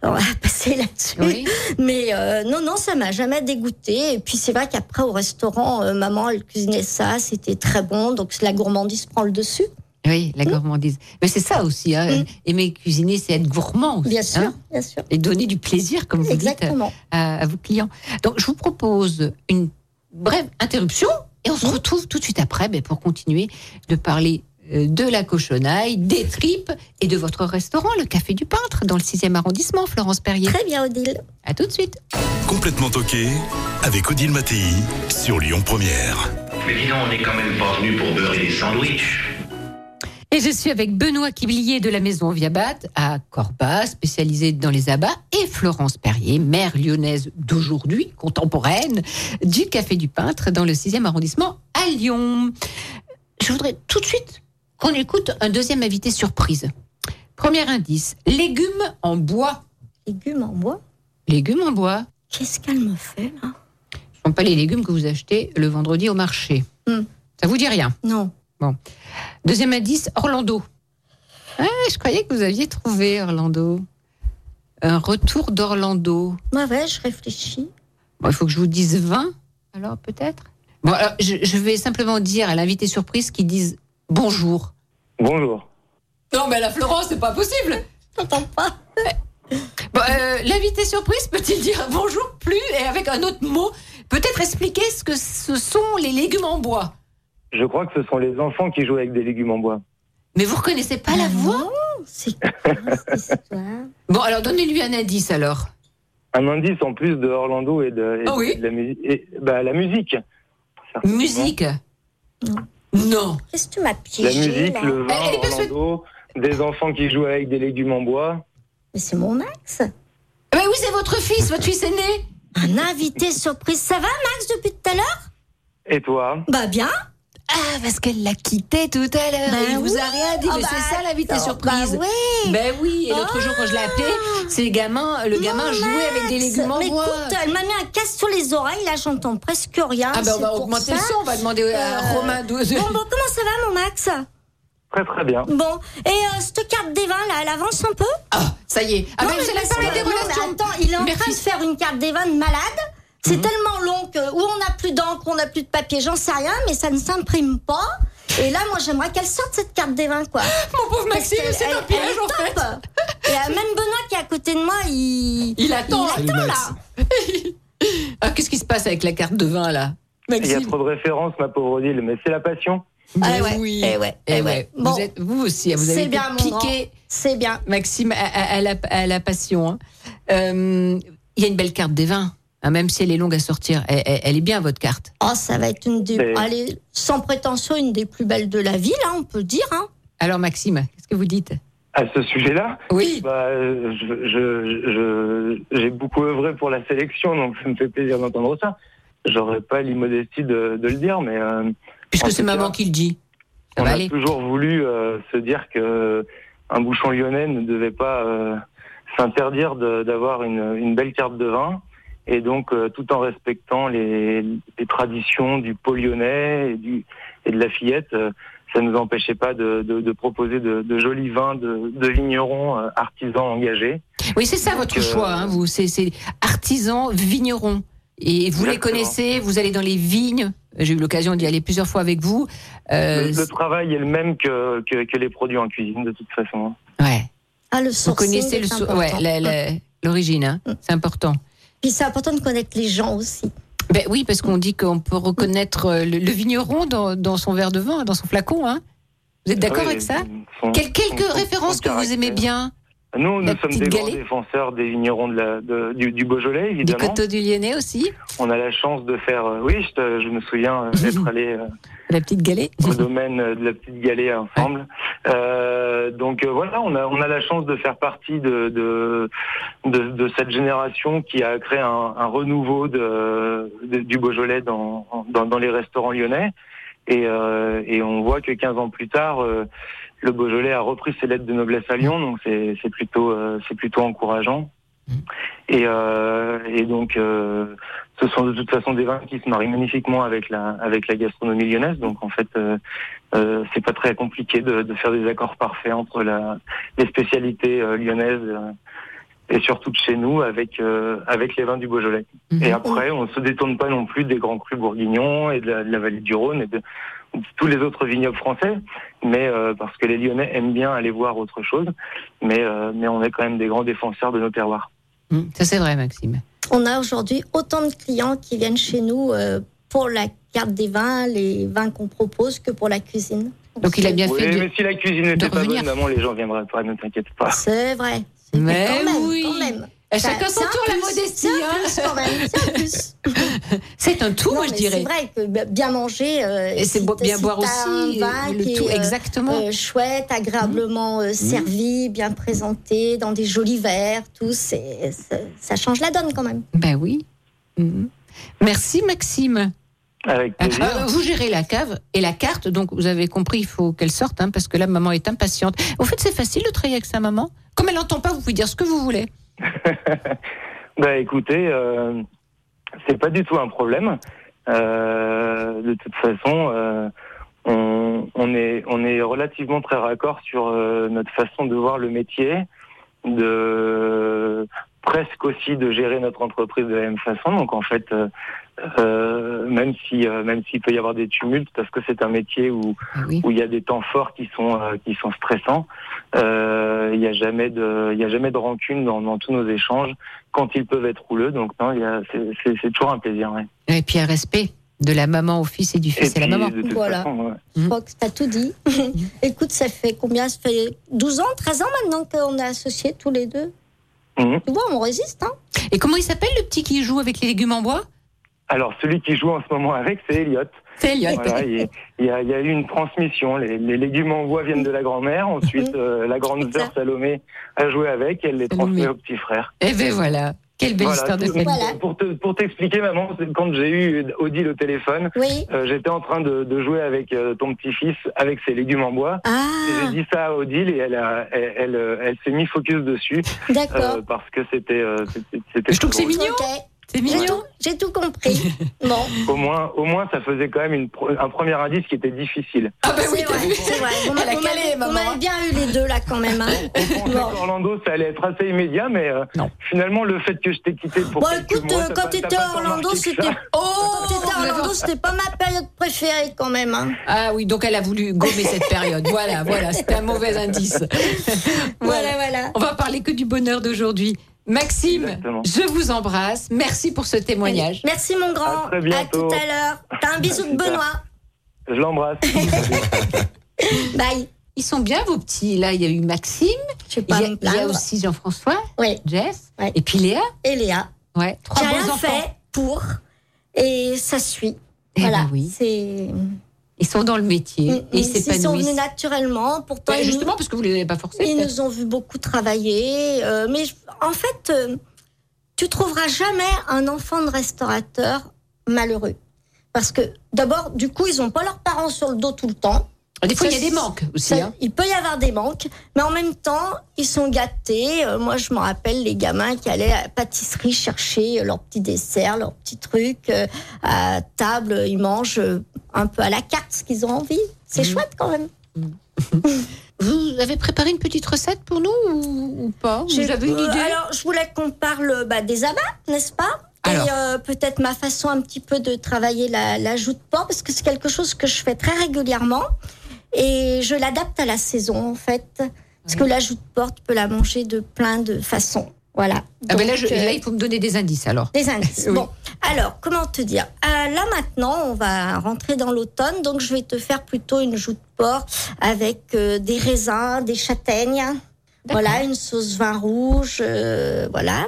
C: On va passer là-dessus. Mais euh, non, non, ça m'a jamais dégoûté. Et puis c'est vrai qu'après au restaurant, euh, maman elle cuisinait ça, c'était très bon. Donc la gourmandise prend le dessus.
B: Oui, la gourmandise. Mais c'est ça aussi, hein, aimer cuisiner, c'est être gourmand aussi.
C: Mm. Bien sûr,
B: hein,
C: bien sûr.
B: Et donner du plaisir, comme vous
C: Exactement.
B: dites, euh, à, à vos clients. Donc, je vous propose une brève interruption et
C: Mm.
B: on se retrouve tout de suite après ben, pour continuer de parler euh, de la cochonaille, des tripes et de votre restaurant, le Café du Peintre, dans le 6e arrondissement, Florence Perrier.
C: Très bien, Odile.
B: À tout de suite.
A: hein. Complètement toqué avec Odile Mattei sur Lyon Première.
J: Mais dis donc, on n'est quand même pas venu pour beurrer des sandwichs.
B: Et je suis avec Benoît Quiblier de la maison Viabat à Corba, spécialisée dans les abats, et Florence Perrier, mère lyonnaise d'aujourd'hui, contemporaine, du Café du Peintre dans le 6e arrondissement à Lyon. Je voudrais tout de suite qu'on écoute un deuxième invité surprise. Premier indice, légumes en bois.
C: Légumes en bois
B: Légumes en bois.
C: Qu'est-ce qu'elle me fait là
B: Ce ne sont pas les légumes que vous achetez le vendredi au marché.
C: Hmm.
B: Ça vous dit rien
C: Non.
B: Bon. Deuxième indice, Orlando. Ah, je croyais que vous aviez trouvé Orlando. Un retour d'Orlando.
C: Ouais, ouais, je réfléchis.
B: Bon, il faut que je vous dise 20, alors peut-être Bon, alors, je, je vais simplement dire à l'invité surprise qu'ils disent bonjour.
G: Bonjour.
B: Non, mais la Florence, c'est pas possible
C: T'entends pas
B: Bon, euh, L'invité surprise peut-il dire bonjour plus et avec un autre mot Peut-être expliquer ce que ce sont les légumes en bois.
G: Je crois que ce sont les enfants qui jouent avec des légumes en bois.
B: Mais vous reconnaissez pas la voix
C: c'est
B: Bon, alors donnez-lui un indice alors.
G: Un indice en plus de Orlando et de, et
B: Ah oui
G: de la musique. et- bah, la musique.
B: Musique Non.
C: Qu'est-ce que tu m'as
G: La
C: piégé
G: musique,
C: là
G: le vin, Orlando, des enfants qui jouent avec des légumes en bois.
C: Mais c'est mon Max
B: Mais Eh ben oui, c'est votre fils, votre fils aîné
C: Un invité surprise. Ça va, Max, depuis tout à l'heure
G: Et toi
C: Bah bien.
B: Ah, parce qu'elle l'a quitté tout à l'heure.
C: Bah
B: Ben, il vous a
C: oui.
B: rien dit,
C: Oh
B: mais
C: bah
B: c'est ça l'invité
C: attends,
B: surprise.
C: bah oui. Ah.
B: Ben oui, et l'autre jour quand je l'ai appelé, c'est gamin, le gamin
C: Mon
B: jouait avec des
C: Max,
B: légumes en
C: mais
B: bois.
C: Écoute, elle m'a mis un casse sur les oreilles, là j'entends presque rien.
B: Ah ben, on
C: c'est
B: va
C: pour
B: augmenter
C: ça.
B: le son, on va demander à Romain d'où-
C: Bon, bon, comment ça va mon Max
G: Très très bien.
C: Bon, et euh, cette carte des vins là, elle avance un peu
B: Ah, ça y est. Ah
C: non,
B: ben, vous allez
C: parce
B: parler
C: que-
B: des
C: non, mais
B: relations.
C: Attends, il est en train
B: Merci. Mhm.
C: de faire une carte des vins de malade. C'est tellement long que où on n'a plus d'encre, on n'a plus de papier, j'en sais rien, mais ça ne s'imprime pas. Et là, moi, j'aimerais qu'elle sorte cette carte des vins, quoi.
B: Mon pauvre
C: Parce
B: Maxime,
C: qu'elle-
B: c'est
C: elle-
B: un piège,
C: elle est
B: en fait.
C: top. Et euh, même Benoît qui est à côté de moi, il.
B: Il attend.
C: Il
B: Salut,
C: attend,
B: Max.
C: là.
B: Ah, qu'est-ce qui se passe avec la carte de vin là
G: Il y a trop de références, ma pauvre Odile, mais c'est la passion.
B: Ben
C: ouais,
B: oui.
C: eh ouais, eh
B: Eh
C: ouais.
B: ouais.
C: Bon.
B: Vous, êtes, vous aussi, vous avez
C: C'est
B: été
C: bien, mon grand.
B: piqué,
C: C'est bien.
B: Maxime, à, à- à la, à la passion. hein. Euh, Il y a une belle carte des vins, hein, même si elle est longue à sortir. Elle- elle- elle est bien, votre carte.
C: Oh, ça va être une des.
B: Mais-
C: Allez, sans prétention, une des plus belles de la ville, hein, on peut le dire. Hein.
B: Alors Maxime, qu'est-ce que vous dites
G: À ce sujet-là,
B: Oui.
G: bah, euh, je- je- je- j'ai beaucoup œuvré pour la sélection, donc ça me fait plaisir d'entendre ça. J'aurais pas l'immodestie de, de le dire, mais euh, en
B: Puisque c'est
G: tout
B: maman
G: cas,
B: qui le dit. Ça
G: on
B: va
G: a
B: aller.
G: toujours voulu euh, se dire que un bouchon lyonnais ne devait pas euh, s'interdire de- d'avoir une, une belle carte de vin, et donc euh, tout en respectant les, les traditions du pot lyonnais et, du, et de la fillette. euh, ça ne nous empêchait pas de, de- de proposer de, de jolis vins de, de vignerons euh, artisans engagés.
B: Oui, c'est ça votre
G: euh,
B: choix, hein, vous. C'est c'est artisans, vignerons. Et vous les
G: Exactement.
B: connaissez, vous allez dans les vignes. J'ai eu l'occasion d'y aller plusieurs fois avec vous. Euh,
G: le, le travail est le même que, que, que les produits en cuisine, de toute façon. hein.
B: ouais.
C: Ah, le
B: Vous
C: sourcing
B: connaissez
C: est
B: le sou-
C: important. Hum.
B: ouais, la- la- l'origine, hein. c'est important.
C: Puis c'est important de connaître les gens aussi.
B: Ben oui, parce qu'on dit qu'on peut reconnaître euh, le, le vigneron dans, dans son verre de vin, dans son flacon. Hein. Vous êtes d'accord
G: Ah Oui,
B: avec ça
G: son-
B: Quel- Quelques
G: son- son-
B: références
G: son
B: que vous aimez
G: caractère.
B: bien
G: Nous,
B: La
G: nous sommes
B: petite
G: des grands
B: galette.
G: défenseurs des vignerons de la, de- du, du Beaujolais,
B: Du
G: évidemment.
B: coteau du Lyonnais aussi
G: On a la chance de faire. euh, oui, je, te- je me souviens euh, d'être allé euh,
B: La petite galée
G: au domaine euh, de la petite galée ensemble. Euh, donc euh, voilà, on a, on a la chance de faire partie de, de, de, de cette génération qui a créé un, un renouveau de, de- du Beaujolais dans, dans, dans les restaurants lyonnais. Et, euh, et on voit que 15 ans plus tard, euh, le Beaujolais a repris ses lettres de noblesse à Lyon, donc c'est c'est plutôt, euh, c'est plutôt encourageant. Et, euh, et donc, euh, ce sont de toute façon des vins qui se marient magnifiquement avec la, avec la gastronomie lyonnaise. Donc, en fait, euh, euh, c'est pas très compliqué de, de faire des accords parfaits entre la, les spécialités euh, lyonnaises euh, et surtout de chez nous avec, euh, avec les vins du Beaujolais. Et après, on se détourne pas non plus des grands crus bourguignons et de la, de la vallée du Rhône et de, de tous les autres vignobles français, mais euh, parce que les Lyonnais aiment bien aller voir autre chose. Mais, euh, mais on est quand même des grands défenseurs de nos terroirs.
B: Mm, Ça, c'est vrai, Maxime.
C: On a aujourd'hui autant de clients qui viennent chez nous euh, pour la carte des vins, les vins qu'on propose, que pour la cuisine.
B: Donc, il a bien
G: Oui,
B: fait de-
G: mais si la cuisine n'était pas
B: revenir.
G: bonne, maman, les gens viendraient pas, ne t'inquiète pas.
C: C'est vrai.
B: Mais
C: quand même,
B: oui.
C: quand même.
B: À
C: Ça-
B: chacun son
C: c'est un
B: tour, la
C: plus,
B: modestie,
C: c'est
B: hein.
C: un plus quand même, c'est un plus.
B: C'est un tout,
C: Non,
B: moi, je
C: mais
B: dirais.
C: C'est vrai que b- bien manger. euh,
B: Et c'est bo-
C: t'as-
B: bien boire
C: t'as
B: aussi,
C: Un vin
B: le
C: qui
B: tout,
C: est, euh,
B: exactement. Mmh.
C: euh, chouette, agréablement euh, servi, bien présenté, dans des jolis verres, tout. c'est- c'est- ça change la donne quand même.
B: Ben oui. Mm. Merci, Maxime.
G: Avec plaisir.
B: Euh, vous gérez la cave et la carte, donc vous avez compris, il faut qu'elle sorte, hein, parce que là, maman est impatiente. Au fait, c'est facile de travailler avec sa maman. Comme elle n'entend pas, vous pouvez dire ce que vous voulez.
G: Bah écoutez, euh, c'est pas du tout un problème. Euh, de toute façon, euh, on, on est on est relativement très raccord sur euh, notre façon de voir le métier, de presque aussi de gérer notre entreprise de la même façon. Donc en fait, euh, euh, même si euh, même s'il peut y avoir des tumultes, parce que c'est un métier où où il y a des temps forts qui sont euh, qui sont stressants, euh, il n'y a jamais de il y a jamais de rancune dans, dans tous nos échanges quand ils peuvent être rouleux. Donc non, il y a- c'est- c'est c'est toujours un plaisir. ouais.
B: Et puis un respect de la maman au fils et du fils à la
G: puis,
B: maman.
G: de toute
C: Voilà.
G: façon, ouais.
B: Mmh.
C: Je crois que t'as tout dit. Écoute, ça fait combien Ça fait 12 ans, 13 ans maintenant qu'on est associés tous les deux.
G: Mhm.
C: Tu vois, on résiste. Hein
G: euh,
B: Et comment il s'appelle le petit qui joue avec les légumes en bois
G: Alors celui qui joue en ce moment avec, c'est Elliot.
B: C'est Elliot.
G: Voilà, il, il y a, il y a eu une transmission. Les, les légumes en bois viennent de la grand-mère.
B: Mhm.
G: Ensuite, euh, la grande sœur Salomé a joué avec. Elle les transmet au petit frère.
B: Eh ben voilà, quelle belle
G: Voilà,
B: histoire de
G: tout-
B: famille.
G: Pour te- pour t'expliquer, maman, c'est quand j'ai eu Odile au téléphone, euh, j'étais en train de, de jouer avec euh, ton petit-fils avec ses légumes en bois.
B: Ah.
C: Ah.
G: Et J'ai dit ça à Odile et elle, a- elle, elle, euh, elle s'est mis focus dessus.
C: D'accord.
G: euh, parce que c'était. euh, c'était- c'était très drôle.
C: Ok.
B: C'est
C: J'ai tout, j'ai tout compris. bon.
G: Au moins, au moins, ça faisait quand même une pro- un premier indice qui était difficile.
K: Ah ben
C: c'est vrai, c'est vrai. On
K: Elle a
C: on
K: calé,
C: avait-
K: maman,
C: on avait bien eu les deux là quand même. hein.
G: On pensait qu'Orlando, ça allait être assez immédiat, mais euh, finalement, le fait que je t'ai quitté pour.
C: Bon,
G: quelques
C: écoute,
G: mois,
C: euh,
G: ça
C: quand
G: pas- ça
C: t'étais
G: pas
C: à
G: tant
C: Orlando,
G: marché que
C: c'était.
G: ça.
K: Oh,
C: quand t'étais à Orlando, c'était pas ma période préférée quand même. hein.
B: Ah oui, donc elle a voulu gommer cette période. Voilà, voilà, c'était un mauvais indice.
C: voilà, voilà.
B: On va parler que du bonheur d'aujourd'hui. Maxime, je vous embrasse. Merci pour ce témoignage.
C: Merci mon grand.
G: À très bientôt.
C: tout à l'heure. T'as un bisou de
G: plus tard.
C: Benoît.
G: Je l'embrasse.
C: Bye.
B: Ils sont bien vos petits. Là, il y a eu Maxime.
C: pas
B: il, y a,
C: me
B: il y a
C: plaindre.
B: aussi Jean-François,
C: Oui.
B: Jess, et puis Léa.
C: Et Léa.
B: Ouais. Trois
C: J'ai
B: beaux
C: rien
B: enfants.
C: fait pour. Et ça suit.
B: Eh ben
C: voilà.
B: oui.
C: C'est. mm,
B: Ils sont dans le métier et ils
C: Ils s'y sont venus
B: s'épanouissent.
C: naturellement. Pourtant,
B: Ouais,
C: ils nous-
B: justement, parce que vous ne les avez pas forcés.
C: Ils
B: peut-être.
C: nous ont vu beaucoup travailler, euh, mais je- en fait, euh, tu trouveras jamais un enfant de restaurateur malheureux. Parce que d'abord, du coup, ils n'ont pas leurs parents sur le dos tout le temps.
B: Des fois,
C: Ça,
B: il y a des manques aussi,
C: ça,
B: hein.
C: Il peut y avoir des manques, mais en même temps, ils sont gâtés. Euh, moi, je m'en rappelle les gamins qui allaient à la pâtisserie chercher euh, leur petit dessert, leur petit truc. euh, à table, ils mangent euh, un peu à la carte ce qu'ils ont envie. C'est
B: Mmh.
C: chouette quand même.
B: Vous avez préparé une petite recette pour nous ou, ou pas Vous
C: J'ai-
B: avez une
C: euh,
B: idée
C: Alors, je voulais qu'on parle bah, des abats, n'est-ce pas
B: Alors.
C: Et euh, peut-être ma façon un petit peu de travailler la, la joue de porc, parce que c'est quelque chose que je fais très régulièrement. Et je l'adapte à la saison, en fait.
B: Ah
C: Parce que la joue de porc, tu peux la manger de plein de façons. Voilà.
B: Ah ben là,
C: Donc,
B: je-
C: euh,
B: là, il faut me donner des indices alors.
C: des indices.
B: Oui.
C: Bon, alors, comment te dire Euh, Là, maintenant, on va rentrer dans l'automne, donc je vais te faire plutôt une joue de porc avec euh, des raisins, des châtaignes, voilà, une sauce vin rouge, euh, voilà.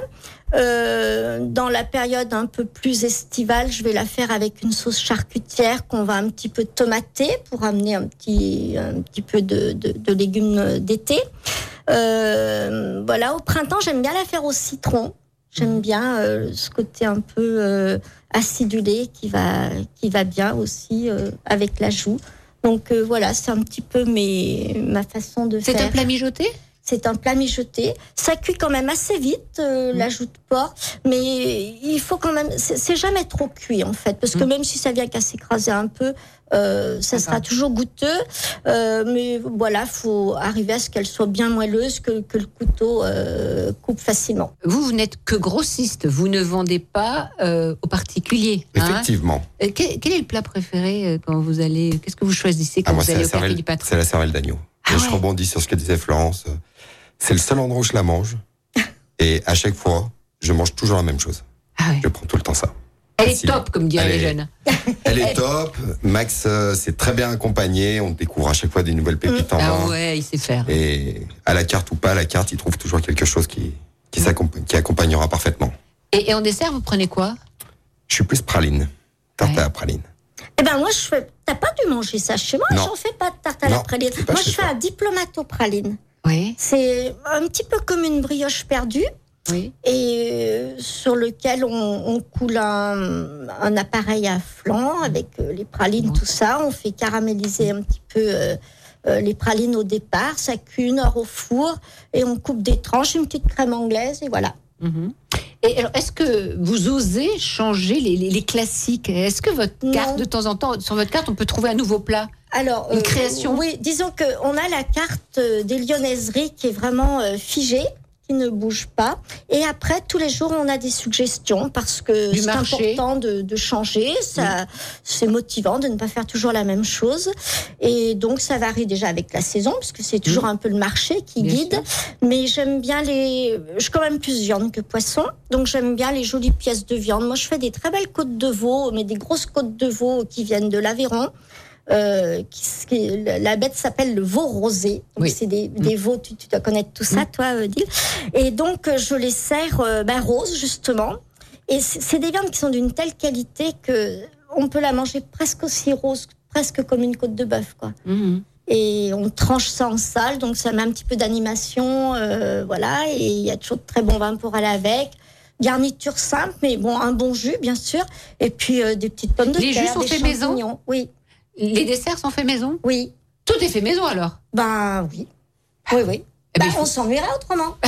C: Euh, dans la période un peu plus estivale, je vais la faire avec une sauce charcutière qu'on va un petit peu tomater pour amener un petit, un petit peu de, de- de légumes d'été. Euh, voilà, au printemps, j'aime bien la faire au citron. J'aime bien euh, ce côté un peu euh, acidulé qui va, qui va bien aussi euh, avec la joue. Donc euh, voilà, c'est un petit peu mes, ma façon de
B: C'est
C: faire.
B: un plat mijoté
C: C'est un plat mijoté. Ça cuit quand même assez vite, euh,
H: Mm.
C: l'ajout de porc, mais il faut quand même. C'est c'est jamais trop cuit en fait, parce que
H: Mm.
C: même si ça vient qu'à s'écraser un peu, euh, ça sera toujours goûteux. Euh, mais voilà, faut arriver à ce qu'elle soit bien moelleuse, que, que le couteau euh, coupe facilement.
B: Vous, vous n'êtes que grossiste, vous ne vendez pas euh, aux particuliers. hein.
H: Effectivement.
B: Euh, quel, quel est le plat préféré euh, quand vous allez Qu'est-ce que vous choisissez quand
H: Ah, moi,
B: vous
H: c'est la,
B: allez au café
H: cervelle-
B: du Ah patron
H: c'est la cervelle d'agneau. Et je rebondis sur ce que disait Florence. C'est le seul endroit où je la mange. Et à chaque fois, je mange toujours la même chose. Je prends tout le temps ça.
K: Elle est top, comme diraient les
H: Ah Elle est-
B: hein.
K: jeunes.
H: Elle est top. Max, euh, c'est très bien accompagné. On découvre à chaque fois des nouvelles pépites en
B: Ah
H: main.
B: ouais, il sait faire.
H: Et à la carte ou pas à la carte, il trouve toujours quelque chose qui, qui, s'accomp- qui accompagnera parfaitement.
B: Et, et en dessert, vous prenez quoi
H: Je suis plus praline. Tarte à la praline.
C: Eh ben moi, je fais. T'as pas dû manger ça chez moi.
H: Non.
C: J'en fais pas de tarte à la
H: Non,
C: praline.
H: c'est pas
C: Moi,
H: chez
C: je fais un diplomato praline.
B: Oui.
C: C'est un petit peu comme une brioche perdue. Et euh, sur lequel on, on coule un, un appareil à flanc avec euh, les pralines, tout ça. On fait caraméliser un petit peu euh, euh, les pralines au départ. Ça cuit une heure au four et on coupe des tranches, une petite crème anglaise et voilà.
B: Mhm. Et alors, est-ce que vous osez changer les, les- les classiques Est-ce que votre carte, de temps en temps, sur votre carte, on peut trouver un nouveau plat
C: Alors,
B: Une
C: euh,
B: création
C: Oui, disons qu'on a la carte euh, des lyonnaiseries qui est vraiment euh, figée, qui ne bouge pas. Et après, tous les jours, on a des suggestions parce que
B: Du
C: c'est
B: marché.
C: important de, de changer. Ça, C'est motivant de ne pas faire toujours la même chose. Et donc, ça varie déjà avec la saison, parce que c'est toujours un peu le marché qui
B: Mm. Bien
C: guide. Mais j'aime bien les. Je suis quand même plus viande que poisson. Donc, j'aime bien les jolies pièces de viande. Moi, je fais des très belles côtes de veau, mais des grosses côtes de veau qui viennent de l'Aveyron. Euh, qui, ce qui- la la bête s'appelle le veau rosé. Donc
B: Oui. Mm.
C: c'est des, des veaux, tu, tu dois connaître tout ça, toi, euh, Odile. Et donc euh, je les sers euh, ben, roses justement. Et c'est c'est des viandes qui sont d'une telle qualité que on peut la manger presque aussi rose, presque comme une côte de bœuf, quoi.
B: Mhm.
C: Et on tranche ça en salle, donc ça met un petit peu d'animation, euh, voilà. Et il y a toujours de très bon vin pour aller avec. Garniture simple, mais bon, un bon jus, bien sûr. Et puis euh, des petites pommes de
B: Les
C: terre.
B: jus sont
C: des
B: faits maison
C: champignons. Oui.
B: Les desserts sont faits maison
C: Oui.
B: Tout est fait maison alors
C: Ben oui. Oui, oui.
B: Eh ben,
C: Bah, on s'ennuierait autrement.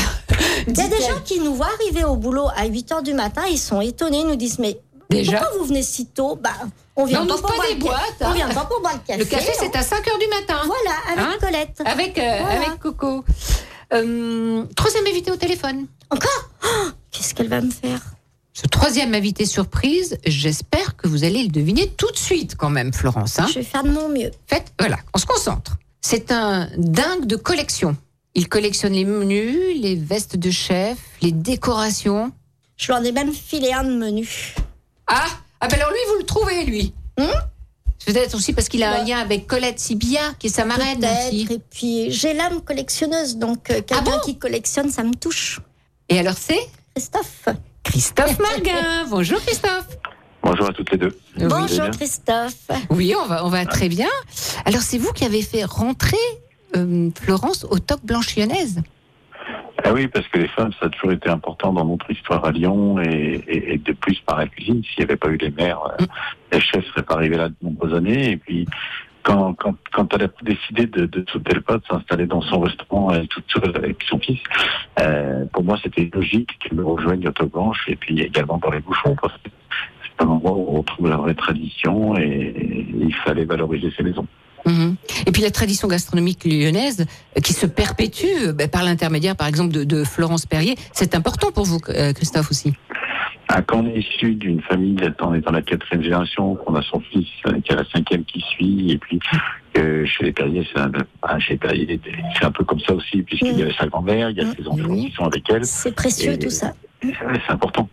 C: Il y a des gens qui nous voient arriver au boulot à 8 h du matin, ils sont étonnés, ils nous disent Mais
B: Déjà
C: pourquoi vous venez si tôt bah, On vient
B: Mais on
C: pas
B: n'ouvre
C: pour
B: pas
C: boire
B: des
C: le café.
B: boîtes, hein.
C: On vient pas pour boire le café.
B: Le café, c'est à 5 heures du matin.
C: Voilà, avec
B: Hein
C: Colette.
B: Avec, euh,
C: Voilà.
B: avec Coco. Euh, troisième invité au téléphone.
C: Encore Oh, Qu'est-ce qu'elle va me faire
B: Ce troisième invité surprise, j'espère que vous allez le deviner tout de suite quand même, Florence. hein.
C: Je vais faire de mon mieux.
B: Faites, voilà, on se concentre. C'est un dingue de collection. Il collectionne les menus, les vestes de chef, les décorations.
C: Je leur ai même filé un de menu.
B: Ah, ah ben alors lui, vous le trouvez, lui Hmm Peut-être aussi parce qu'il a un lien avec Colette Sibia, qui est sa marraine
C: Peut-être,
B: aussi.
C: Et puis, j'ai l'âme collectionneuse,
B: Ah
C: donc euh, quelqu'un qui collectionne, ça me touche.
B: Et alors c'est
C: Christophe.
B: Christophe Marguin. Bonjour Christophe.
I: Bonjour à toutes les deux.
C: Bonjour Christophe.
B: Oui, on va, on va très bien. Alors c'est vous qui avez fait rentrer euh, Florence au toc blanchionnaise.
I: Ah oui, parce que les femmes, ça a toujours été important dans notre histoire à Lyon et, et- et de plus par la cuisine. S'il n'y avait pas eu les mères, euh, les chefs ne seraient pas arrivés là de nombreuses années. Et puis, quand, quand, quand elle a décidé de, de sauter le pas, de s'installer dans son restaurant avec, toute seule, avec son fils, euh, pour moi, c'était logique qu'elle me rejoigne au Toc Blanche et puis également dans les bouchons. Parce que c'est un endroit où on retrouve la vraie tradition et, et il fallait valoriser ces maisons.
B: Mhm. Et puis la tradition gastronomique lyonnaise euh, qui se perpétue euh, bah, par l'intermédiaire, par exemple, de, de Florence Perrier, c'est important pour vous, euh, Christophe aussi.
I: Ah, quand on est issu d'une famille, on est dans la quatrième génération, qu'on a son fils euh, qui a la cinquième qui suit, et puis que chez les Perrier, c'est un, ah, chez les Perrier, c'est un peu comme ça aussi, puisqu'il y avait sa grand-mère, il y a ses enfants qui sont avec elle.
C: Hmm, C'est précieux tout ça.
I: C'est important.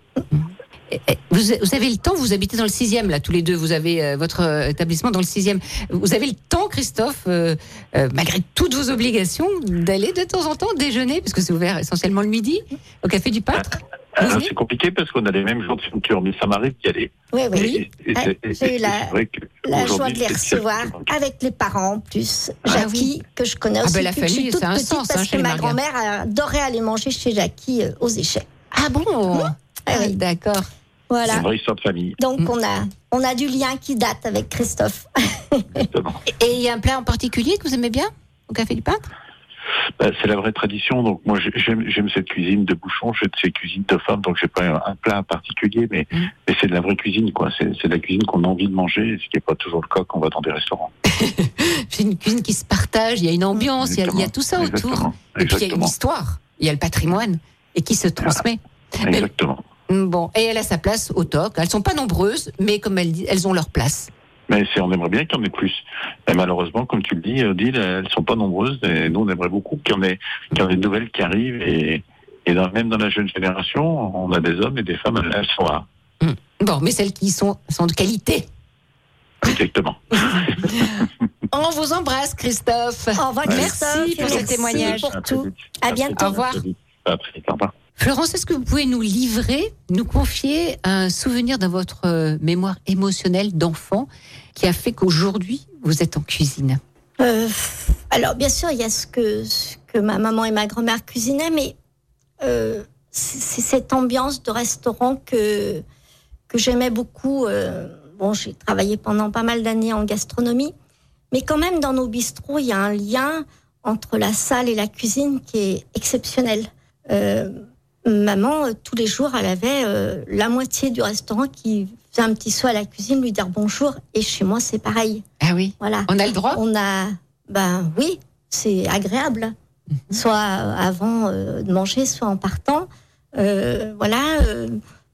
B: Eh, Vous, vous avez le temps, vous habitez dans le sixième, là, tous les deux, vous avez euh, votre euh, établissement dans le sixième. Vous avez le temps, Christophe, euh, euh, malgré toutes vos obligations, d'aller de temps en temps déjeuner, parce que c'est ouvert essentiellement le midi, au Café du Pâtre.
G: Ah,
I: Alors, c'est compliqué parce qu'on a les mêmes jours de fermeture, mais ça m'arrive d'y aller.
C: Oui, oui.
I: Et- et- et-
C: Ah,
I: et- et-
C: J'ai eu la,
I: c'est vrai que
C: la joie
I: aujourd'hui,
C: de les
I: c'est-
C: recevoir avec les parents en plus. Jackie, que je connais
B: Ah,
C: aussi.
B: ben, la
C: depuis que je
B: famille,
C: suis toute
B: ça a un
C: petite
B: sens,
C: parce
B: hein,
C: que
B: chez
C: ma
B: les
C: grand-mère adorait aller manger chez Jackie euh, aux échecs.
B: Ah bon
C: Ah
B: Ah D'accord.
I: C'est
C: Voilà.
I: une vraie histoire de famille.
C: Donc
B: Hmm.
C: on a, on a du lien qui date avec Christophe.
B: Et il y a un plat en particulier que vous aimez bien au Café du Pâtre
I: bah, c'est la vraie tradition. Donc moi j'ai- j'aime j'aime cette cuisine de bouchon, j'aime cette cuisine de femme, donc j'ai pas un, un plat en particulier, mais,
B: Mm.
I: mais c'est de la vraie cuisine, quoi. C'est c'est de la cuisine qu'on a envie de manger, ce qui n'est pas toujours le cas quand on va dans des restaurants.
B: C'est une cuisine qui se partage, il y a une ambiance, il y a, il y a tout ça autour.
I: Exactement.
B: Et puis il y a une
I: Exactement. Ah.
B: histoire, il y a le patrimoine et qui se transmet.
I: Exactement.
B: Bon, et elle a sa place au toc. Elles sont pas nombreuses, mais comme elle dit, elles ont leur place.
I: Mais c'est, on aimerait bien qu'il y en ait plus. Mais malheureusement, comme tu le dis, Odile, elles sont pas nombreuses. Et nous, on aimerait beaucoup qu'il y en ait, qu'il y en ait de nouvelles qui arrivent. Et, et dans- même dans la jeune génération, on a des hommes et des femmes, elles- elles sont là.
B: Bon, mais celles qui sont, sont de qualité.
I: Exactement.
B: On vous embrasse, Christophe.
C: Au revoir,
B: Merci pour ce témoignage.
C: À bientôt.
B: Au revoir.
I: À très vite. Au revoir.
B: Florence, est-ce que vous pouvez nous livrer, nous confier un souvenir dans votre euh, mémoire émotionnelle d'enfant qui a fait qu'aujourd'hui, vous êtes en cuisine
C: Euh, alors, bien sûr, il y a ce que, ce que ma maman et ma grand-mère cuisinaient, mais euh, c'est c'est cette ambiance de restaurant que, que j'aimais beaucoup. euh, bon, j'ai travaillé pendant pas mal d'années en gastronomie, mais quand même, dans nos bistrots, il y a un lien entre la salle et la cuisine qui est exceptionnel. Euh, maman, euh, tous les jours, elle avait euh, la moitié du restaurant qui faisait un petit saut à la cuisine, lui dire bonjour, et chez moi, c'est pareil.
B: Ah oui.
C: Voilà.
B: On a le droit
C: On a. Ben oui, c'est agréable. Soit avant euh, de manger, soit en partant. Euh, voilà. euh,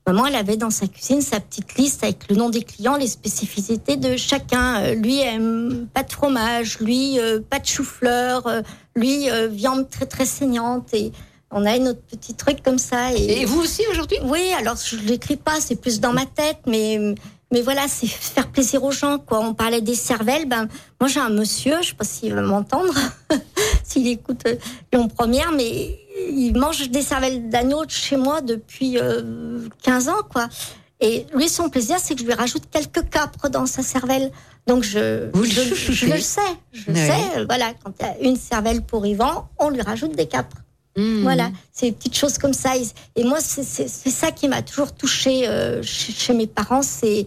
C: maman, elle avait dans sa cuisine sa petite liste avec le nom des clients, les spécificités de chacun. Euh, lui aime pas de fromage, lui euh, pas de chou-fleur, euh, lui euh, viande très très saignante. Et on a notre petit truc comme ça. Et,
B: Et vous aussi aujourd'hui
C: Oui, alors je l'écris pas, c'est plus dans ma tête, mais mais voilà, c'est faire plaisir aux gens. Quoi. On parlait des cervelles. Ben, moi, j'ai un monsieur, je sais pas s'il va m'entendre, s'il écoute euh, Lyon Première, mais il mange des cervelles d'agneau de chez moi depuis euh, 15 ans. quoi. Et lui, son plaisir, c'est que je lui rajoute quelques capres dans sa cervelle. Donc, je,
B: Vous le
C: je,
B: chouchoutez.
C: je le sais. Je
B: Ouais.
C: sais, euh, voilà, quand il y a une cervelle pour Yvan, on lui rajoute des capres.
B: Mm.
C: Voilà, c'est des petites choses comme ça. Et- Et moi, c'est c'est- c'est ça qui m'a toujours touchée euh, chez, chez mes parents, c'est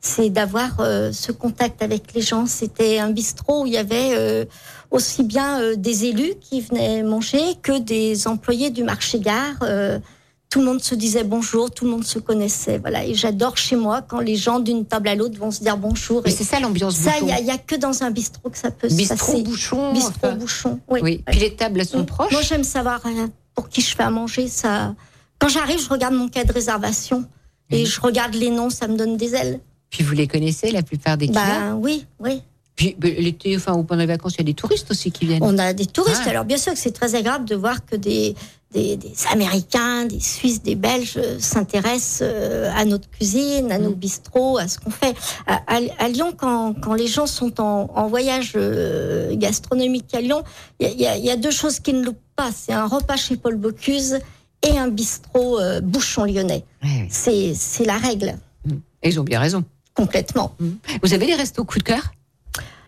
C: c'est d'avoir euh, ce contact avec les gens. C'était un bistrot où il y avait euh, aussi bien euh, des élus qui venaient manger que des employés du marché-gare. euh, tout le monde se disait bonjour, tout le monde se connaissait. Voilà, et j'adore chez moi quand les gens d'une table à l'autre vont se dire bonjour.
B: Mais
C: Et
B: c'est ça l'ambiance
C: Ça, il
B: bouchon.
C: n'y a, il y a que dans un bistrot que ça peut se
B: Bistrot,
C: passer.
B: bouchon.
C: Bistrot,
B: enfin.
C: bouchon, oui.
B: Puis les tables, elles sont
C: Mm.
B: proches.
C: Moi, j'aime savoir euh, pour qui je fais à manger. Ça... Quand j'arrive, je regarde mon cas de réservation
B: Mm.
C: et je regarde les noms, ça me donne des ailes.
B: Puis vous les connaissez, la plupart des clients.
C: Bah oui, oui.
B: Puis ben, l'été, enfin, ou pendant les vacances, il y a des touristes aussi qui viennent.
C: On a des touristes.
B: Ah.
C: Alors, bien sûr que c'est très agréable de voir que des, des, des Américains, des Suisses, des Belges euh, s'intéressent euh, à notre cuisine, à nos bistrots, à ce qu'on fait. À, à- à Lyon, quand, quand les gens sont en, en voyage euh, gastronomique à Lyon, il y a- il y, a- il y a deux choses qui ne loupent pas. C'est un repas chez Paul Bocuse et un bistrot euh, bouchon lyonnais. C'est c'est la règle.
B: Et ils ont bien raison.
C: Complètement.
B: Vous avez des restos coup de cœur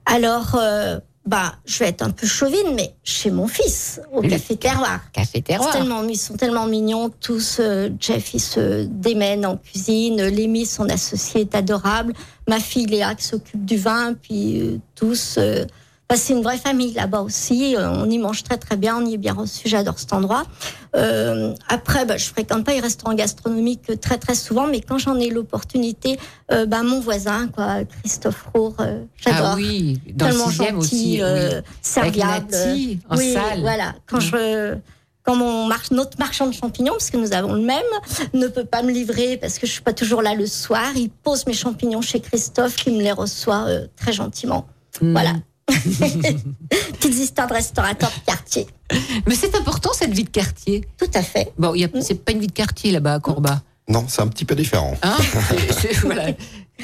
C: Alors, euh, bah, je vais être un peu chauvine, mais chez mon fils, au
B: Le
C: Café Terroir.
B: Café Terroir.
C: C'est tellement- ils sont tellement mignons, tous. euh, Jeff, il se démène en cuisine. Lémi, son associé, est adorable. Ma fille Léa, qui s'occupe du vin. Puis euh, tous. euh, bah, c'est une vraie famille là-bas aussi. Euh, on y mange très, très bien. On y est bien reçu. J'adore cet endroit. Euh, après, bah, je fréquente pas les restaurants gastronomiques euh, très, très souvent. Mais quand j'en ai l'opportunité, euh, bah, mon voisin, quoi, Christophe Roure, euh, j'adore.
B: Ah oui, dans le
C: Tellement
B: sixième aussi.
C: gentil, euh,
B: oui.
C: serviable.
B: Avec Nati, en
C: oui,
B: salle.
C: voilà. Quand je quand mon mar- notre marchand de champignons, parce que nous avons le même, ne peut pas me livrer parce que je suis pas toujours là le soir, il pose mes champignons chez Christophe qui me les reçoit euh, très gentiment.
B: Hmm.
C: Voilà. Petites histoires de restaurateurs de quartier.
B: Mais c'est important cette vie de quartier.
C: Tout à fait.
B: Bon, il y a- c'est pas une vie de quartier là-bas à Corba.
H: Non, c'est un petit peu différent.
B: Hein C'est- c'est- voilà.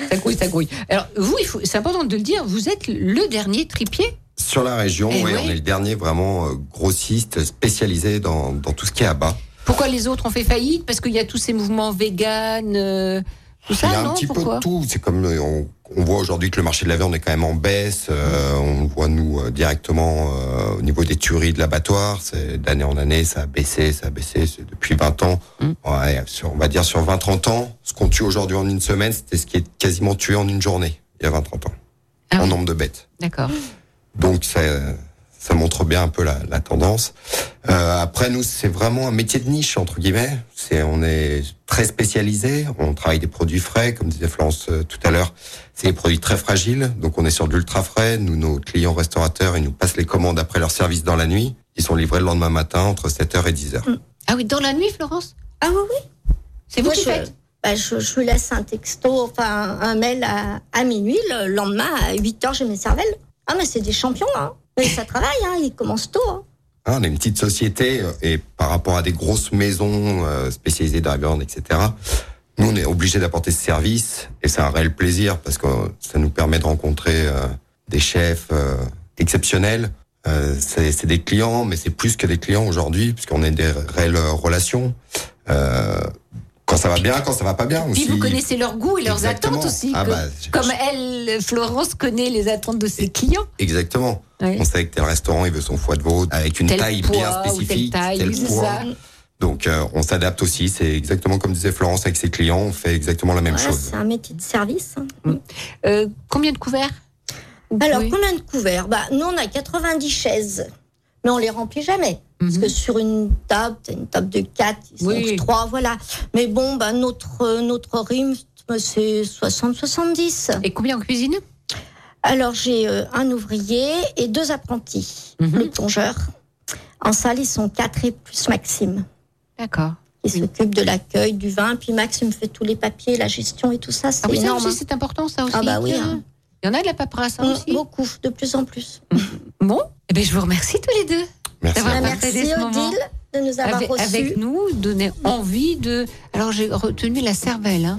B: Ça grouille, ça grouille. Alors, vous, il faut- c'est important de le dire, vous êtes le dernier tripier.
H: Sur la région,
B: Eh
H: ouais,
B: oui.
H: on est le dernier vraiment euh, grossiste spécialisé dans, dans tout ce qui est à bas.
B: Pourquoi les autres ont fait faillite Parce qu'il y a tous ces mouvements véganes, euh, tout ça,
H: Il y a
B: non
H: un petit peu
B: Pourquoi
H: de tout. C'est comme euh, on, on voit aujourd'hui que le marché de la viande est quand même en baisse. Euh, on le voit nous euh, directement euh, au niveau des tueries de l'abattoir. C'est d'année en année, ça a baissé, ça a baissé C'est depuis 20 ans.
B: Hum.
H: Ouais, sur- on va dire sur 20-30 ans, ce qu'on tue aujourd'hui en une semaine, c'était ce qui est quasiment
B: Ah
H: tué en une journée il y a 20-30 ans en nombre de bêtes.
B: D'accord.
H: Donc ça, ça montre bien un peu la, la tendance. Euh, après nous, c'est vraiment un métier de niche entre guillemets. C'est on est très spécialisé. On travaille des produits frais, comme disait Florence euh, tout à l'heure. C'est des produits très fragiles, donc on est sur de l'ultra frais. Nous, nos clients restaurateurs, ils nous passent les commandes après leur service dans la nuit. Ils sont livrés le lendemain matin entre 7h et 10h.
B: Ah oui, dans la nuit, Florence
C: Ah oui, oui.
B: C'est vous
C: Moi,
B: qui
C: je,
B: faites
C: bah, je, je vous laisse un texto, enfin un mail à, à minuit. Le lendemain, à 8 heures, j'ai mes cervelles. Ah, mais c'est des champions, hein. Mais ça travaille, hein. Ils commencent tôt. hein.
H: Hein, on est une petite société euh, et par rapport à des grosses maisons euh, spécialisées dans la viande, etc. Nous, on est obligé d'apporter ce service et c'est un réel plaisir parce que euh, ça nous permet de rencontrer euh, des chefs euh, exceptionnels. Euh, c'est c'est des clients, mais c'est plus que des clients aujourd'hui puisqu'on a des réelles euh, relations. Euh, quand ça va bien, quand ça va pas bien
B: Puis
H: aussi.
B: vous connaissez leurs goûts et leurs
H: Exactement.
B: attentes aussi.
H: Ah
B: que-
H: bah, je-
B: comme elle, Florence, connaît les attentes de ses clients.
H: Exactement.
B: Ouais.
H: On sait que tel restaurant, il veut son foie de veau avec une
B: Tel
H: taille
B: poids
H: bien
B: ou telle
H: spécifique,
B: taille,
H: tel
B: c'est
H: poids.
B: ça.
H: Donc euh, on s'adapte aussi, c'est exactement comme disait Florence avec ses clients, on fait exactement la même
C: Voilà,
H: chose.
C: c'est un métier de service. hein.
B: Mm. Euh, combien de couverts
C: Alors, combien de couverts bah, Nous, on a 90 chaises, mais on les remplit jamais. Parce que sur une table, t'as une table de 4, ils sont
B: Mhm. Oui.
C: que trois, voilà. Mais bon, bah, notre, euh, notre rythme, c'est 60-70.
B: Et combien en cuisine
C: Alors, j'ai euh, un ouvrier et deux apprentis,
B: Mhm.
C: le plongeur. En salle, ils sont quatre et plus Maxime.
B: D'accord.
C: Il s'occupe de l'accueil, du vin, puis Maxime fait tous les papiers, la gestion et tout ça. C'est
B: Ah oui, ça
C: énorme.
H: hein.
B: aussi, c'est important, ça aussi.
C: Ah bah oui,
B: Tiens,
C: hein.
B: Il y en a de la paperasse hein,
H: Euh,
C: Mm,
B: aussi.
C: Beaucoup, de plus en plus. Bah,
B: Bon, eh ben, je vous remercie tous les deux
H: Merci
B: d'avoir
H: à vous.
B: partagé
C: Merci,
B: Ah, ce moment.
C: Odile, de nous avoir
B: avec,
C: reçus.
B: avec nous, donner envie de. Alors j'ai retenu la cervelle. Hein.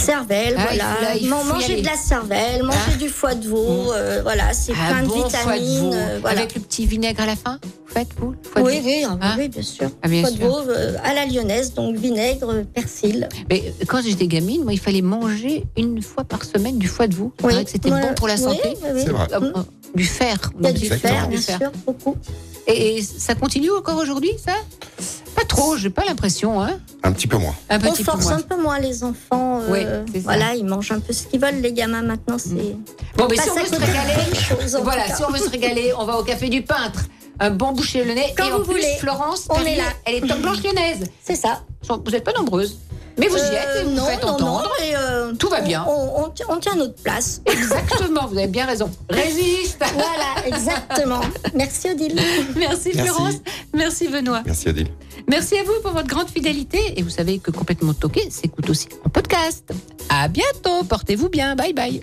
C: Cervelle,
B: Ah, il
C: voilà.
B: faut- là, il
C: Man-
B: faut y
C: manger
B: aller.
C: de la cervelle, manger du foie de veau, euh, voilà, c'est
B: Un
C: plein
B: Ah bon foie
C: de
B: de
C: vitamines.
B: veau,
C: euh, voilà.
B: Avec le petit vinaigre à la fin, vous faites vous le foie de
C: Oui,
B: veau
C: oui, ah,
B: Hein
C: oui, bien sûr.
B: Ah, bien
C: foie de
B: sûr.
C: veau euh, à la lyonnaise, donc vinaigre, euh, persil.
B: Mais quand j'étais gamine, moi, il fallait manger une fois par semaine du foie de veau. C'est vrai que c'était
C: Ouais,
B: bon pour la
C: oui,
B: santé.
C: oui, oui. C'est vrai.
B: Euh, euh, Du fer.
C: Il y a
B: on
C: du
B: dit
C: fer, bien
B: du fer.
C: sûr, beaucoup.
B: Et, et ça continue encore aujourd'hui, ça Pas trop, j'ai pas l'impression. Hein
H: Un petit peu moins.
B: un
C: On
B: petit peu
C: force
B: moins.
C: un peu moins les enfants. euh,
B: Oui, c'est ça. Mm.
C: voilà, ils mangent un peu ce qu'ils veulent, les gamins, maintenant. C'est
B: Bon, mais
C: Pas
B: si on
C: Bah, ça
B: veut se
C: coûte
B: régaler,
C: une chose, en tout
B: voilà,
C: cas.
B: si on veut se régaler, on va au café du peintre. Un bon boucher le nez.
C: Quand
B: et en
C: vous
B: plus,
C: voulez.
B: Florence,
C: On
B: Paris,
C: est là.
B: Elle est top blanche lyonnaise.
C: C'est ça.
B: Vous n'êtes pas nombreuses. Mais vous y
C: Euh,
B: êtes et vous
C: non,
B: faites
C: non, non,
B: entendre.
C: et, euh,
B: Tout va
C: on-
B: bien.
C: On, on ti- on tient notre place.
B: Exactement, vous avez bien raison. Résiste
C: voilà, exactement. Merci Odile.
B: Merci,
H: Merci.
B: Florence, merci Benoît.
H: Merci Odile.
B: Merci à vous pour votre grande fidélité. Et vous savez que complètement toqué s'écoute aussi en podcast. À bientôt, portez-vous bien, bye bye.